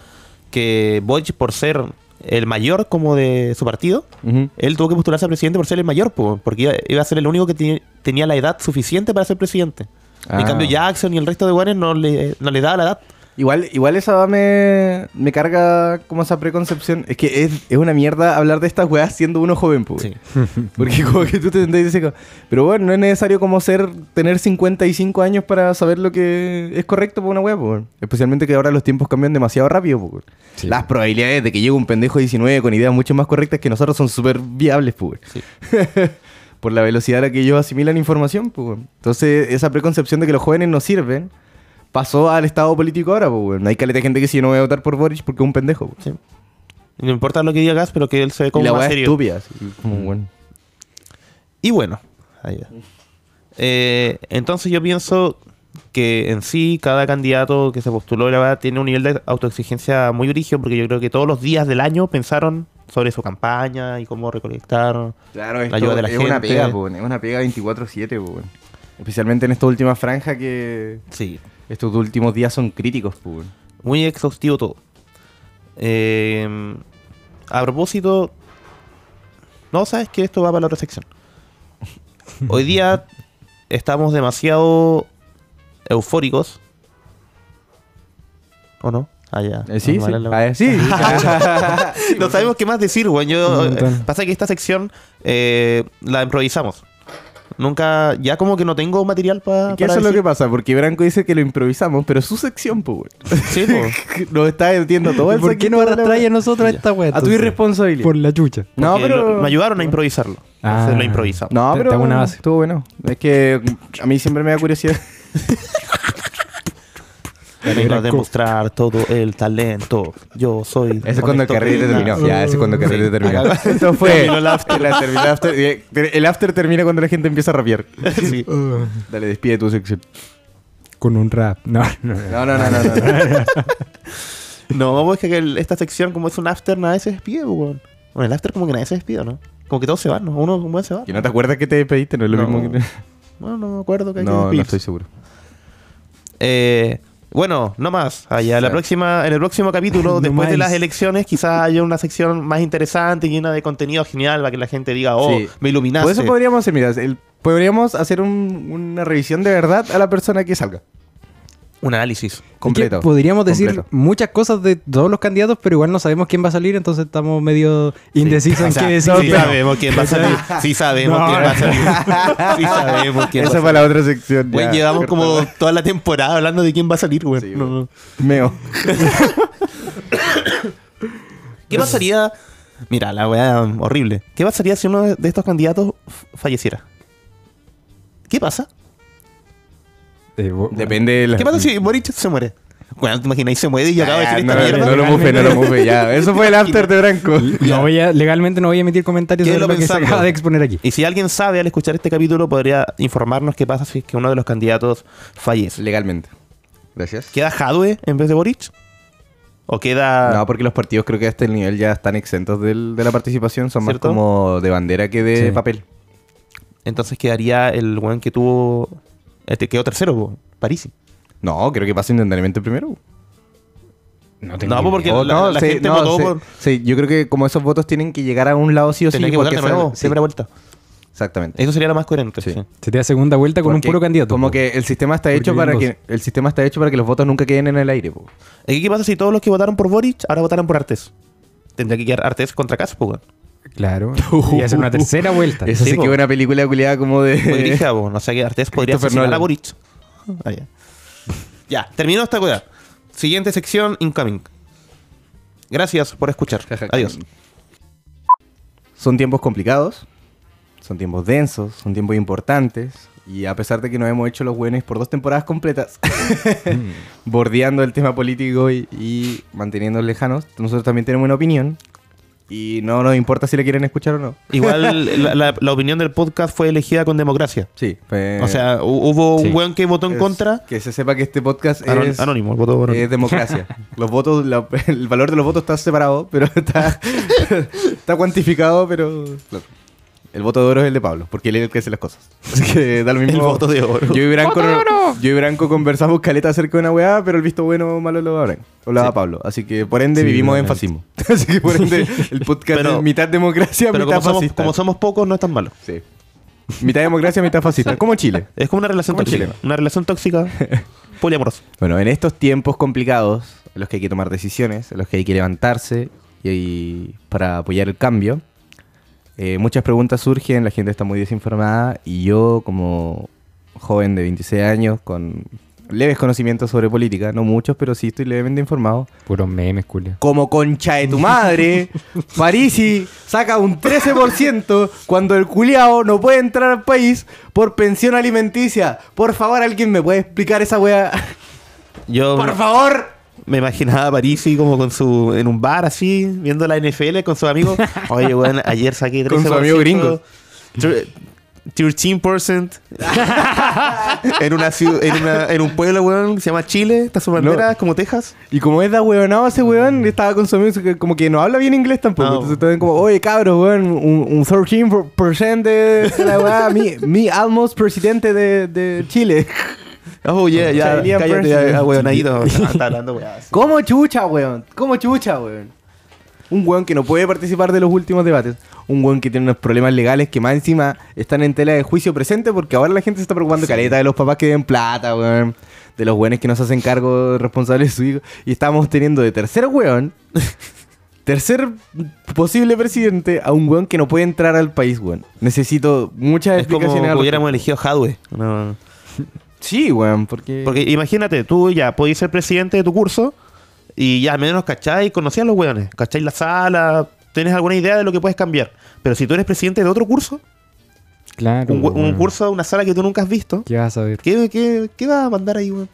Que Boric, por ser el mayor como de su partido,
Ujú.
él tuvo que postularse a presidente por ser el mayor, po, porque iba, iba a ser el único que te- tenía la edad suficiente para ser presidente.
Ah.
En cambio, Jackson y el resto de guanes no le, no le daba la edad.
Igual, igual esa va me, me carga como esa preconcepción. Es que es, es una mierda hablar de estas weas siendo uno joven, pues.
Sí.
Porque como que tú te sentás y dices, como, pero bueno, no es necesario como ser, tener 55 años para saber lo que es correcto para una wea, pues. Especialmente que ahora los tiempos cambian demasiado rápido, pues.
Sí.
Las probabilidades de que llegue un pendejo de 19 con ideas mucho más correctas que nosotros son súper viables, pues.
Sí.
Por la velocidad a la que ellos asimilan información, pues. weón. Entonces, esa preconcepción de que los jóvenes no sirven pasó al estado político ahora, pues. weón. Hay caleta de gente que si no voy a votar por Boric porque es un pendejo, pues.
Sí. Y No importa lo que digas, pero que él se ve
Y
como
la
más
weá es
serio. Mm.
estúpida. así, como, weón.
Y bueno, ahí va. Eh, entonces yo pienso que en sí cada candidato que se postuló la verdad, tiene un nivel de autoexigencia muy origen porque yo creo que todos los días del año pensaron sobre su campaña y cómo recolectar.
Claro,
La
esto
ayuda de la
es una
gente.
pega, po, weón. es una pega 24-7, po, weón. Especialmente en esta última franja que
Sí.
estos últimos días son críticos, po, weón.
Muy exhaustivo todo. Eh, a propósito, no sabes que esto va para la otra sección. Hoy día estamos demasiado eufóricos. ¿O no? Ah, ya.
Eh, sí,
Ah,
sí.
mala la-
Ah, sí.
no sabemos qué más decir, güey. Yo,
Un montón.
pasa que esta sección eh, la improvisamos. Nunca, ya como que no tengo material pa-
¿Qué
para.
eso es lo que
decir.
pasa? Porque Branco dice que lo improvisamos, pero es su sección, po, weón.
Sí, po.
Nos está metiendo todo el
¿Por qué
saquito
no
de la
arrastráis a nosotros a
Ya.
esta weá?
A tu
entonces?
irresponsabilidad.
Por la chucha.
No,
Porque
pero.
lo- me ayudaron a improvisarlo.
Ah.
Entonces lo improvisamos.
No,
Te-
pero.
te hago una base.
Estuvo bueno. Es que mm, a mí siempre me da curiosidad.
Vengo a demostrar todo el talento. Yo soy.
Ese es cuando el
honesto
carrete
y
terminó.
nada.
Ya, ese es cuando el carrete terminó.
acá-
Esto fue.
Terminó el after.
La- terminó el after. Eh, te- El after termina cuando la gente empieza a rapear.
Sí. Uh.
Ah,
Dale, despide tu sección.
con un rap. No, no, no.
No, no, no, no. no.
No, pues que el- esta sección, como es un after, nadie se despide, po, weón. Bueno, el after, como que nadie se despide, ¿no? Como que todos se van, ¿no? Uno, un buen se va.
¿Que no te acuerdas que te despediste? No es lo
No.
mismo que.
Bueno, no me acuerdo que hay que
No, no
despedirse.
estoy seguro.
Eh, bueno, no más. Allá la
Sí.
próxima, en el próximo capítulo,
No
después de
más.
las elecciones, quizás haya una sección más interesante, llena de contenido genial, para que la gente diga, oh,
Sí.
me iluminaste.
Por eso podríamos hacer, mira, el Podríamos hacer un- una revisión de verdad a la persona que salga.
Un análisis.
Completo.
Es que podríamos decir
completo.
muchas cosas de todos los candidatos, pero igual no sabemos quién va a salir, entonces estamos medio indecisos en
O sea,
qué decir.
sí
pero-
sabemos quién va a salir. Sí sabemos
No.
quién va a salir. Sí sabemos quién va a
Esa
salir.
fue la otra sección.
Güey,
ya.
llevamos como toda la temporada hablando de quién va a salir, güey.
Sí,
No,
güey.
no.
Meo.
¿Qué pasaría? Mira, la weá horrible. ¿Qué pasaría si uno de estos candidatos f- falleciera? ¿Qué pasa?
Eh, bo-
Depende de la...
¿Qué pasa si Boric se muere? Bueno, te imaginas, se muere y yo acabo de
Ah,
decir
no,
esta mierda.
no lo mufe, no lo mufe, ya. Eso fue el after de Branco.
No voy a, legalmente no voy a emitir comentarios
¿Qué
sobre
lo
lo, que se
pensamos?
acaba de exponer aquí.
Y si alguien sabe al escuchar este capítulo, podría informarnos qué pasa si es que uno de los candidatos fallece.
Legalmente. Gracias.
¿Queda Jadwe en vez de Boric? ¿O queda.?
No, porque los partidos creo que a este nivel ya están exentos del- de la participación. Son
¿Cierto?
más como de bandera que de
Sí.
papel.
Entonces quedaría el weón que tuvo. Este quedó tercero, po, Parisi.
No, creo que pasa instantáneamente primero.
No
tengo No, idea. porque-
O
la- la
sí,
gente votó
sí,
por-
sí, yo creo que como esos votos tienen que llegar a un lado sí o sí.
Tenía que votar
porque
de nuevo,
se- sí,
primera vuelta.
exactamente.
Eso sería lo más coherente.
Sí.
sí.
Sería segunda vuelta Eh, con
Porque
un puro candidato.
Como
po.
que el sistema está
Porque
hecho para
vienen
que el sistema está hecho para que los votos nunca queden en el aire. po.
¿Y qué pasa si todos los que votaron por Boric ahora votaran por Artes? Tendría que quedar Artes contra Cas, po, weón.
Claro. Y hacer una tercera vuelta.
Eso
Sí,
sí,
po.
que es una película culiada como de
O dirija, po, ah, no sé qué Artes podría
Christopher
asesinar
Nolan.
a Boric. Ah, ya. ya, terminó esta weá. Siguiente sección, Incoming. Gracias por escuchar. Adiós.
Son tiempos complicados, son tiempos densos, son tiempos importantes. Y a pesar de que nos hemos hecho los buenos por dos temporadas completas, bordeando el tema político y, y manteniéndonos lejanos, nosotros también tenemos una opinión. Y no nos importa si la quieren escuchar o no.
Igual la, la- la opinión del podcast fue elegida con democracia.
Sí. fue-
o sea, hu- hubo
sí.
un weón que votó en
es-
contra.
Que se sepa que este podcast
Anon-
es, eh,
anónimo, el voto anónimo.
es democracia. los votos, la- el valor de los votos está separado, pero está, está cuantificado, pero... claro. El voto de oro es el de Pablo, porque él es el que hace las cosas. Así que da lo mismo.
El voto de oro.
Yo y Branco, yo y Branco conversamos caleta acerca de una weá, pero el visto bueno o malo lo da Branco. O lo da Pablo. Así que por ende
Sí,
vivimos en
realmente.
fascismo. Así que por ende el podcast
Pero-
es mitad democracia,
Pero
mitad
como somos,
fascista.
como somos pocos, no es tan malo.
Sí. Mitad democracia, mitad fascista. Como Chile.
Es como una relación
Como
tóxica.
chileno.
Una relación tóxica poliamorosa.
Bueno, en estos tiempos complicados, en los que hay que tomar decisiones, en los que hay que levantarse y, y para apoyar el cambio, eh, muchas preguntas surgen, la gente está muy desinformada y yo como joven de 26 años con leves conocimientos sobre política, no muchos, pero sí estoy levemente informado.
Puros memes, culia.
Como concha de tu madre, Parisi saca un 13% cuando el culiao no puede entrar al país por pensión alimenticia. Por favor, alguien me puede explicar esa weá.
Yo
Por favor.
me imaginaba a Parisi como con su, en un bar así, viendo la NFL con sus amigos. Oye, weón, ayer saqué 13%.
Con su amigo gringo.
Tre- 13% en, una ciu- en, una- en un pueblo, weón, que se llama Chile. Está su bandera,
No.
es como Texas.
Y como es da huevonado ese weón, estaba con su amigo, que como que no habla bien inglés tampoco.
No.
Entonces también como, oye cabros, weón, un, un 13% de la weá, mi, mi almost presidente de, de Chile.
Oh, yeah, ya,
Chilean
cállate,
person.
ya, ah, weonadito. Está hablando, weón.
¿Cómo chucha, weón? ¿Cómo chucha, weón? Un weón que no puede participar de los últimos debates. Un weón que tiene unos problemas legales que más encima están en tela de juicio presente porque ahora la gente se está preocupando caleta de los papás que deben plata, weón. De los weones que no se hacen cargo responsables de su hijo. Y estamos teniendo de tercer weón, tercer posible presidente, a un weón que no puede entrar al país, weón. Necesito muchas
Es como
explicaciones.
que
al
hubiéramos elegido Hadwe. No.
respecto. Sí, weón, porque...
Porque imagínate, tú ya podías ser presidente de tu curso y ya al menos, ¿cachai? Conocías a los hueones, ¿cachai? La sala, tienes alguna idea de lo que puedes cambiar. Pero si tú eres presidente de otro curso,
Ah,
Claro.
un, hue- un
weón.
curso, una sala que tú nunca has visto,
¿Qué vas a ver?
¿qué, qué, qué vas a mandar ahí, weón?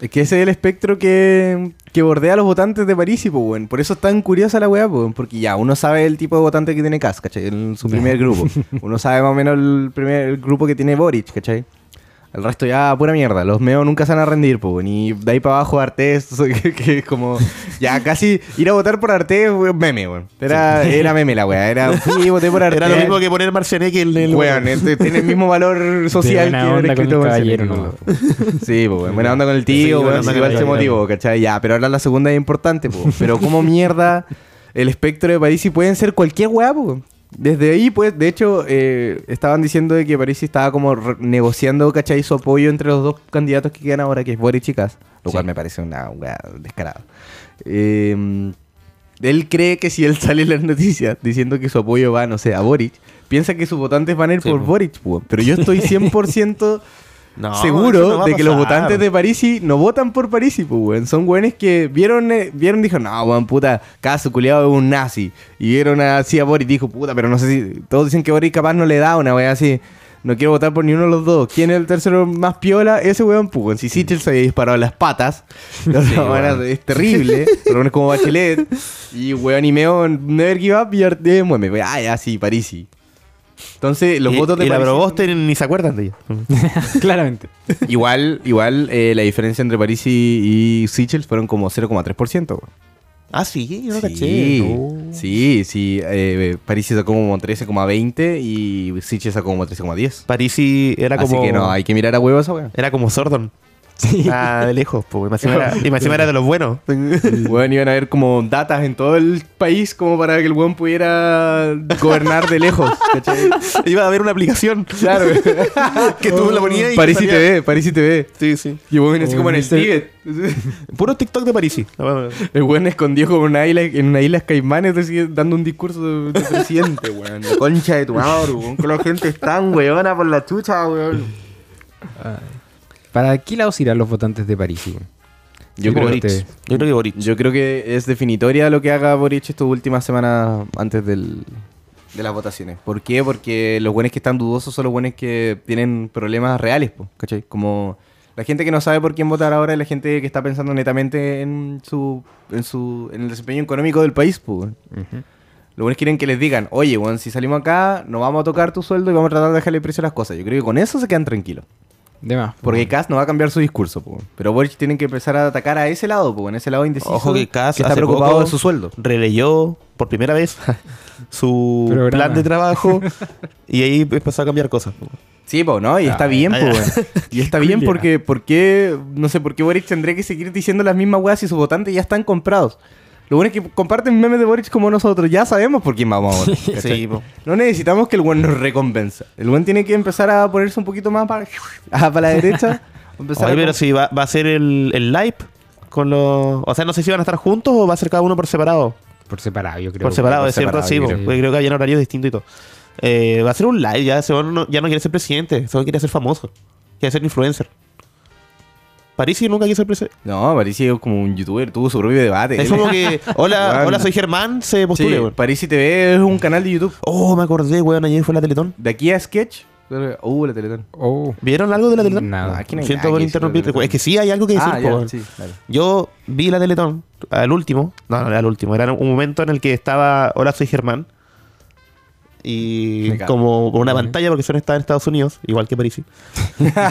Es que ese es el espectro que, que bordea a los votantes de París, y, po, weón. Por eso es tan curiosa la weá, po, weón. Porque ya uno sabe el tipo de votante que tiene Kass, ¿cachai? En su primer grupo. Uno sabe más o menos el primer el grupo que tiene Boric, ¿cachai? El resto ya, pura mierda. Los meos nunca se van a rendir, po, weón. Y de ahí para abajo Artés, que, que es como... Ya casi ir a votar por Artés, weón, meme, weón. Era, era meme la weá. Era, fui, voté por Artés.
Era lo mismo que poner Marcianeque en el.
eh, Weón, este tiene el mismo valor social
De buena
que haber
onda con
escrito
el
Marcelino,
caballero,
¿no? Sí, pues, weón, buena onda con el
Sí,
tío,
buena
weón,
onda
si
con
igual
el
se
caballero.
motivó, ¿cachai? Ya, pero ahora la segunda es importante, pues. Pero como mierda el espectro de París y pueden ser cualquier weá, pues. Desde ahí, pues, de hecho, eh, estaban diciendo de que París estaba como re- negociando, ¿cachai? Su apoyo entre los dos candidatos que quedan ahora, que es Boric y Kass, lo
Sí.
cual me parece una weá descarada. Eh, él cree que si él sale en las noticias diciendo que su apoyo va, no sé, a Boric, piensa que sus votantes van a ir
Sí,
por
po.
Boric, po. pero yo estoy 100%
No, eso no
seguro
va a
de que los
pasar.
votantes de Parisi no votan por Parisi, pues, weón. Son weones que vieron, eh, vieron y dijeron, no, weón, puta, caso culiado es un nazi. Y vieron así a Boris y dijo, puta, pero no sé si. Todos dicen que Boris capaz no le da una weá así. No quiero votar por ni uno de los dos. ¿Quién es el tercero más piola? Ese weón, pues, weón. Si Sichel se había disparado en las patas, la otra weona es terrible. Pero es como Bachelet. Y weón, y Meón, never give up y Arte, mueme. weón. Ah, ya, sí, Parisi. Entonces, los
y,
votos de
y la
Parisi-
Proboste ni se acuerdan de ella.
Claramente.
Igual, igual eh, la diferencia entre París y, y Sichel fueron como 0,3%. weón.
Ah, sí, yo no caché.
sí,
no.
sí, sí. eh, París sacó como 13,20 y Sichel sacó como 13,10.
Parisi era
Así
como.
que no, hay que mirar a huevo esa weá.
Era como Sordon. Ah, de lejos, pues. Y más encima era- y más encima era de los buenos.
Bueno, iban a haber como datas en todo el país como para que el weón pudiera gobernar de lejos. ¿cachai?
Iba a haber una aplicación.
Claro.
que tú la ponías y.
París E.
te salía-
TV, París TV.
Sí, sí.
Y el weón así
Oh,
como en el
Mr.
Tíbet.
Puro TikTok de Parisi.
El weón escondió como una isla, en una isla Caimanes así, dando un discurso de, de presidente, weón. La concha de tu madre, weón. Que la gente es tan weona por la chucha, weón.
¿Para qué lados irán los votantes de París? güey?
Yo
Sí,
creo,
Boric.
que,
Yo creo que Boric.
yo creo que es definitoria lo que haga Boric estas últimas semanas antes del, de las votaciones. ¿Por qué? Porque los buenos que están dudosos son los buenos que tienen problemas reales, po, ¿cachai? Como la gente que no sabe por quién votar ahora es la gente que está pensando netamente en su en su en el desempeño económico del país, po, weón. Los buenos quieren que les digan, oye, weón, si salimos acá, no vamos a tocar tu sueldo y vamos a tratar de dejarle precio a las cosas. Yo creo que con eso se quedan tranquilos.
De más.
Porque Cass no va a cambiar su discurso, po. pero Boric tienen que empezar a atacar a ese lado, po, en ese lado indeciso
Ojo que Kass
está
hace
preocupado
poco-
de su sueldo.
releyó por primera vez su
Programa.
plan de trabajo y ahí empezó a cambiar cosas.
Sí, po, ¿no? Y está bien,
ah,
po,
ya.
weón. Y está bien porque, porque, no sé, por qué Boric tendría que seguir diciendo las mismas weas si sus votantes ya están comprados. Lo bueno es que comparten memes de Boric como nosotros, ya sabemos por quién vamos a votar. ¿cachai?
Sí, po.
No necesitamos que el buen nos recompensa. El buen tiene que empezar a ponerse un poquito más para, ah, para la derecha. empezar
Oye,
a-
pero si va, va a ser el, el live con los... O sea, no sé si van a estar juntos o va a ser cada uno por separado.
Por separado, yo creo.
por separado,
por
es cierto,
separado,
sí,
yo
po,
creo.
porque creo que habían horarios distintos y todo. Eh, va a ser un live, ya ese weón no, ya no quiere ser presidente, solo quiere ser famoso, quiere ser influencer. París nunca quiso ser presidente.
No, Parisi es como un youtuber, tuvo su propio debate.
Es
Él-
como que, hola,
Weón.
hola soy Germán, se postule,
Sí,
weón.
Parisi TV es un canal de YouTube.
Oh, me acordé, weón, ayer fue la Teletón.
De aquí a Sketch. Uh, la Teletón.
Oh,
¿Vieron algo de
Mm,
la Teletón?
Nada.
No, aquí no hay
Siento
nada
por
que decir de la
interrumpir.
Teletón.
Es que sí hay algo que decir.
Ah,
po,
ya,
weón.
sí, dale.
Yo vi la Teletón al último. No, no, era al último. Era un momento en el que estaba Hola, soy Germán. Y
Me cago.
como por una
Ujú.
pantalla, porque son estaba en Estados Unidos, igual que París.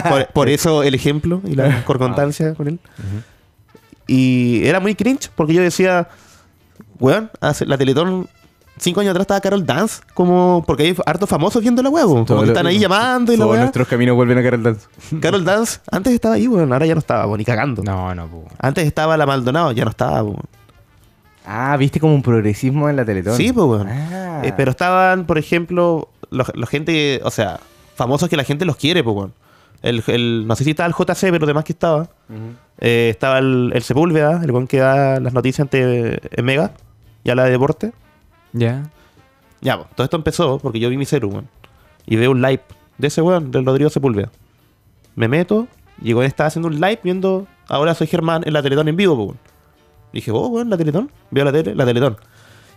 por, por eso el ejemplo y la
Ah.
concordancia con él. Y era muy cringe, porque yo decía, weón, hace- la Teletón. Cinco años atrás estaba Carol Dance, como porque hay hartos famosos viendo la huevo. Como
Todo
que
lo-
están ahí llamando y la
Todos
weá.
nuestros caminos vuelven a Carol Dance.
Carol Dance antes estaba ahí, weón. Ahora ya no estaba, weón, ni cagando.
no, no, po.
Antes estaba la Maldonado, ya no estaba, weón.
Ah, viste como un progresismo en la Teletón.
Sí, pues, weón.
Ah.
Eh, pero estaban, por ejemplo, los, los gente, que- o sea, famosos que la gente los quiere, pues, weón. El, el- no sé si estaba el JC, pero demás que estaba. Eh, estaba el, el Sepúlveda, el weón que da las noticias ante en Mega, ya la de deporte.
Ya.
Ya, pues, todo esto empezó porque yo vi mi celu, weón. Y veo un live de ese weón, del Rodrigo Sepúlveda. Me meto, y el weón estaba haciendo un live viendo Ahora soy Germán en la Teletón en vivo, po, weón. Dije, oh, weón, la Teletón. Veo la tele, la Teletón.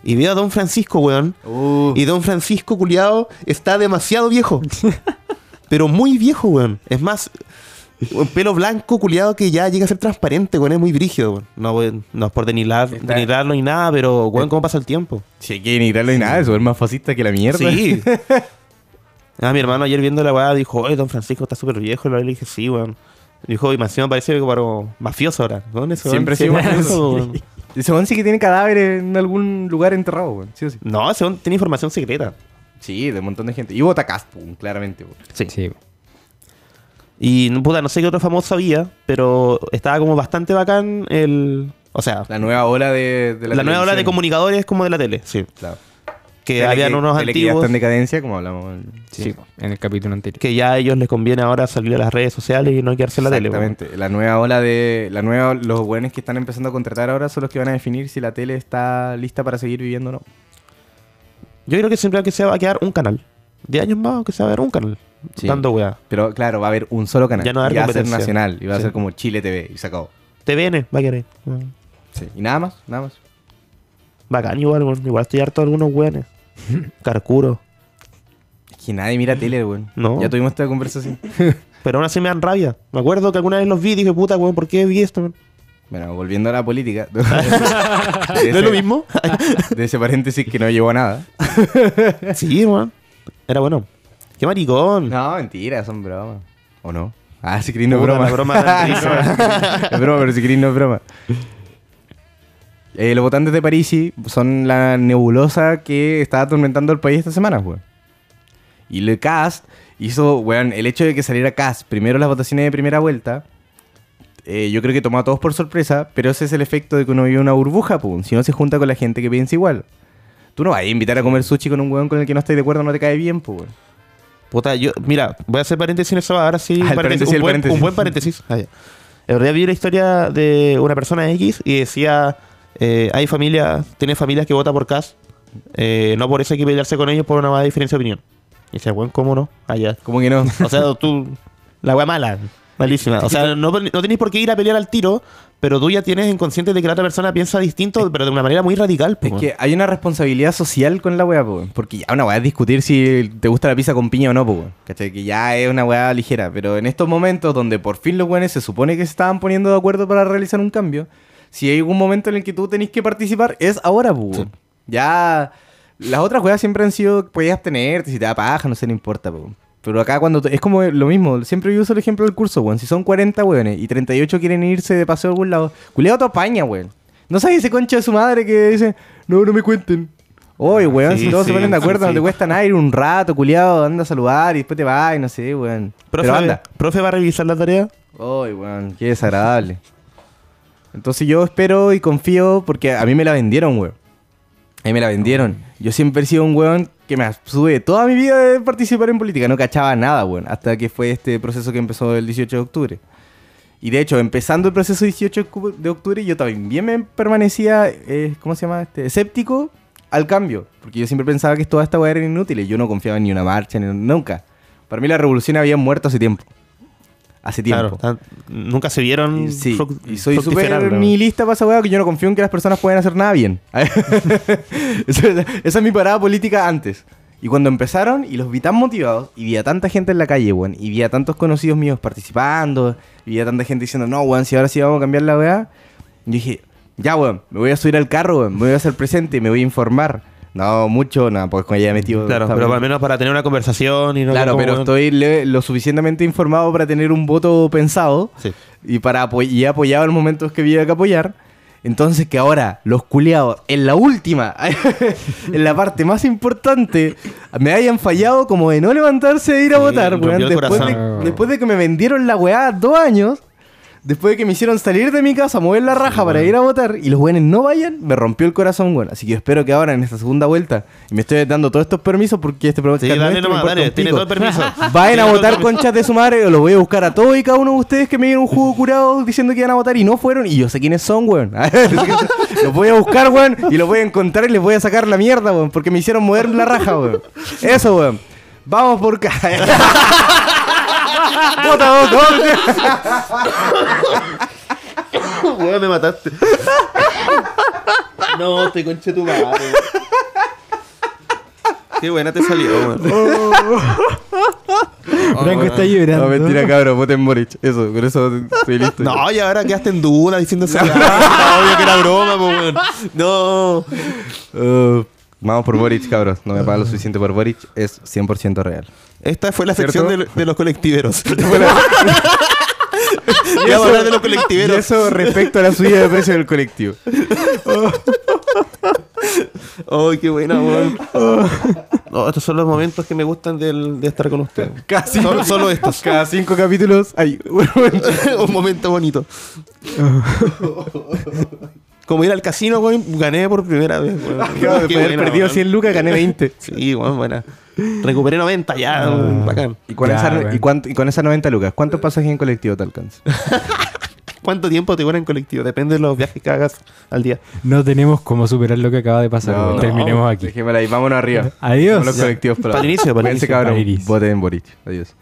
Y veo a Don Francisco, weón.
Uh,
Y Don Francisco, culiado, está demasiado viejo. Pero muy viejo, weón. Es más, un pelo blanco, culiado, que ya llega a ser transparente, weón. Es muy brígido, weón. No, weón, no es por denigrar,
Está-
denigrarlo ni nada, pero, weón, ¿cómo pasa el tiempo?
Sí, que ni darle ni nada, eso es más fascista que la mierda.
Sí. Ah, mi hermano ayer viendo la weá dijo, oye, don Francisco está súper viejo. Y luego le dije, sí, weón. Dijo, y más encima parece como mafioso ahora. ¿Dónde se
Siempre
sí,
sí, weón.
weón.
Ese weón sí que tiene cadáveres en algún lugar enterrado, weón. Sí o sí.
No, ese weón tiene información secreta.
Sí, de un montón de gente. Y vota Cast, weón, claramente, weón.
Sí.
Sí. po.
Y no, puta, no sé qué otro famoso había, pero estaba como bastante bacán el. O sea,
La nueva ola de, de
la, nueva ola de
televisión.
comunicadores como de la tele, sí.
Claro.
que
Tele
habían unos
tele Que ya
antiguos
está en decadencia, como hablamos.
Sí, en el capítulo anterior.
que ya a ellos les conviene ahora salir a las redes sociales y no quedarse en la tele. weón.
Exactamente. La nueva ola de. La nueva, los buenos que están empezando a contratar ahora son los que van a definir si la tele está lista para seguir viviendo o no.
Yo creo que siempre que se va a quedar un canal. De años más que se va a ver un canal.
Sí.
Dando weá.
Pero claro, va a haber un solo canal.
Ya no va a
y
haber
va a ser
competencia.
nacional. Y va a
Sí.
ser como Chile TV. Y se acabó.
TVN, va a querer. Mm.
Sí. Y nada más, nada más.
Bacán igual, weón. Igual estoy harto de algunos weones. Carcuro.
Es que nadie mira tele, weón.
No.
Ya tuvimos esta conversación.
Pero aún así me dan rabia. Me acuerdo que alguna vez los vi y dije, puta, weón, ¿por qué vi esto? weón?
bueno, volviendo a la política. de ese-
¿No es lo mismo?
De ese paréntesis que no llevó a nada.
sí, weón. Era bueno. Qué maricón.
No, mentira, son bromas. ¿O no? Ah, si querés no es
Puta,
broma.
la broma da risa.
es broma, pero si querés no es broma. Eh, los votantes de Parisi son la nebulosa que está atormentando al país esta semana, weón. Y Le Cast hizo, weón, el hecho de que saliera Cast primero en las votaciones de primera vuelta, eh, yo creo que tomó a todos por sorpresa, pero ese es el efecto de que uno vive una burbuja, pum. Si no se junta con la gente que piensa igual. Tú no vas a invitar a comer sushi con un weón con el que no estás de acuerdo, no te cae bien, pues, weón.
Puta, yo, mira, voy a hacer paréntesis en eso, ahora sí,
Ah, el
paréntesis,
paréntesis, el
un, buen,
paréntesis.
un buen paréntesis. Ah, ya. El otro día vi la historia de una persona X y decía, eh, hay familias, tiene familias que votan por CAS, eh, no por eso hay que pelearse con ellos por una mala diferencia de opinión. Y decía, bueno, ¿cómo no? Ah, Allá.
¿Cómo que no?
O sea, tú, la wea mala, malísima. O sea, no, no tenés por qué ir a pelear al tiro, pero tú ya tienes inconsciente de que la otra persona piensa distinto, pero de una manera muy radical. po,
Es
weón.
que hay una responsabilidad social con la weá, po, weón. porque ya una weá es discutir si te gusta la pizza con piña o no, po, weón. ¿cachai? Que ya es una weá ligera, pero en estos momentos donde por fin los weones se supone que se estaban poniendo de acuerdo para realizar un cambio, si hay algún momento en el que tú tenés que participar, es ahora, po, weón. Ya las otras weas siempre han sido, podías abstenerte, si te da paja, no sé, no importa, po, weón. Pero acá cuando... t- Es como lo mismo. Siempre yo uso el ejemplo del curso, weón. Si son 40 weones y 38 quieren irse de paseo a algún lado, culiado tu apaña, weón. No sabes ese concha de su madre que dice, no, no me cuenten. Oye, weón,
Ah, Sí,
si todos
sí,
se ponen de
sí,
acuerdo, no
sí.
te cuesta nada ir un rato, culiado, anda a saludar y después te vas y no sé, weón.
profe,
Pero anda.
profe va a revisar la tarea.
Oye, weón, qué desagradable. Entonces yo espero y confío porque a mí me la vendieron, weón. A mí me la vendieron. Yo siempre he sido un weón que me abstuve toda mi vida de participar en política. No cachaba nada, weón. Hasta que fue este proceso que empezó el 18 de octubre. Y de hecho, empezando el proceso 18 ocu- de octubre, yo también me permanecía, eh, ¿cómo se llama? Este, escéptico al cambio. Porque yo siempre pensaba que toda esta weá era inútil. y Yo no confiaba en ni una marcha, ni nunca. Para mí la revolución había muerto hace tiempo. Hace tiempo.
Claro, tan- nunca se vieron.
Y Sí,
Mm, fruct-
y soy
fructiferar,
súper
weón.
nihilista para esa weá que yo no confío en que las personas pueden hacer nada bien. esa, esa es mi parada política antes. Y cuando empezaron y los vi tan motivados, y vi a tanta gente en la calle, weón, y vi a tantos conocidos míos participando, y vi a tanta gente diciendo, no, weón, si ahora sí vamos a cambiar la weá, yo dije, ya, weón, me voy a subir al carro, weón, me voy a hacer presente, me voy a informar. No, mucho, no, pues con ella metido.
Claro,
está
pero
bien.
al menos para tener una conversación y no.
Claro,
como-
pero estoy le- lo suficientemente informado para tener un voto pensado
Sí.
y para apo- y he apoyado en los momentos que había que apoyar. Entonces que ahora los culiados en la última, en la parte más importante, me hayan fallado como de no levantarse e ir a
Sí,
votar,
rompió
weón.
el
Después de,
corazón.
después de que me vendieron la weá dos años, después de que me hicieron salir de mi casa, mover la raja para ir a votar y los weones no vayan, me rompió el corazón, weón. Así que espero que ahora en esta segunda vuelta, y me estoy dando todos estos permisos porque este programa
Sí,
es
dale
nuestro, me
nomás,
importa
dale,
un
tiene
pico.
todo el permiso.
Vayan
Tiene
a votar
todo el permiso.
conchas de su madre, o los voy a buscar a todos y cada uno de ustedes que me dieron un jugo curado diciendo que iban a votar y no fueron, y yo sé quiénes son, weón. los voy a buscar, weón, y los voy a encontrar y les voy a sacar la mierda, weón, porque me hicieron mover la raja, weón. Eso, weón. Vamos por acá. Vota vos, vos.
Weón, me mataste. no, te conche tu madre. weón. Qué buena te salió, weón.
Franco está llorando.
No, mentira, cabrón, voten Boric. Eso, con eso estoy listo.
No, y ahora quedaste en duda diciendo esa weá. Obvio que era broma, po, weón. No.
Uh, vamos por Boric, cabrón. No me pagan lo suficiente por Boric. Es 100% real.
Esta fue la sección
¿Cierto?
de, de los colectiveros. Ya vamos a hablar de los colectiveros.
Y eso respecto a la subida de precio del colectivo.
Ay, qué buena, weón.
Oh.
No, estos son los momentos que me gustan del- de estar con ustedes.
Casi.
Solo, solo estos.
Cada cinco capítulos hay
Un momento bonito. Como ir al casino, weón, gané por primera vez. weón.
Acabo de
Qué
Ah, haber
buena,
perdido
weón.
100 lucas, gané 20.
Sí, weón, buena. Recuperé 90 ya,
Ah.
weón, bacán.
Y con,
Ya,
esa,
weón.
y, cuánto- y con esas 90 lucas, ¿cuántos pasajes en colectivo te alcanza?
¿Cuánto tiempo te dura en colectivo? Depende de los viajes que hagas al día.
No tenemos cómo superar lo que acaba de pasar.
No,
weón.
no.
Terminemos aquí.
Dejémosla ahí, vámonos arriba.
Adiós.
Con los colectivos para
Para el inicio, para el
Cuídense,
inicio.
cabrón.
Para el inicio.
Voten Boric. Adiós.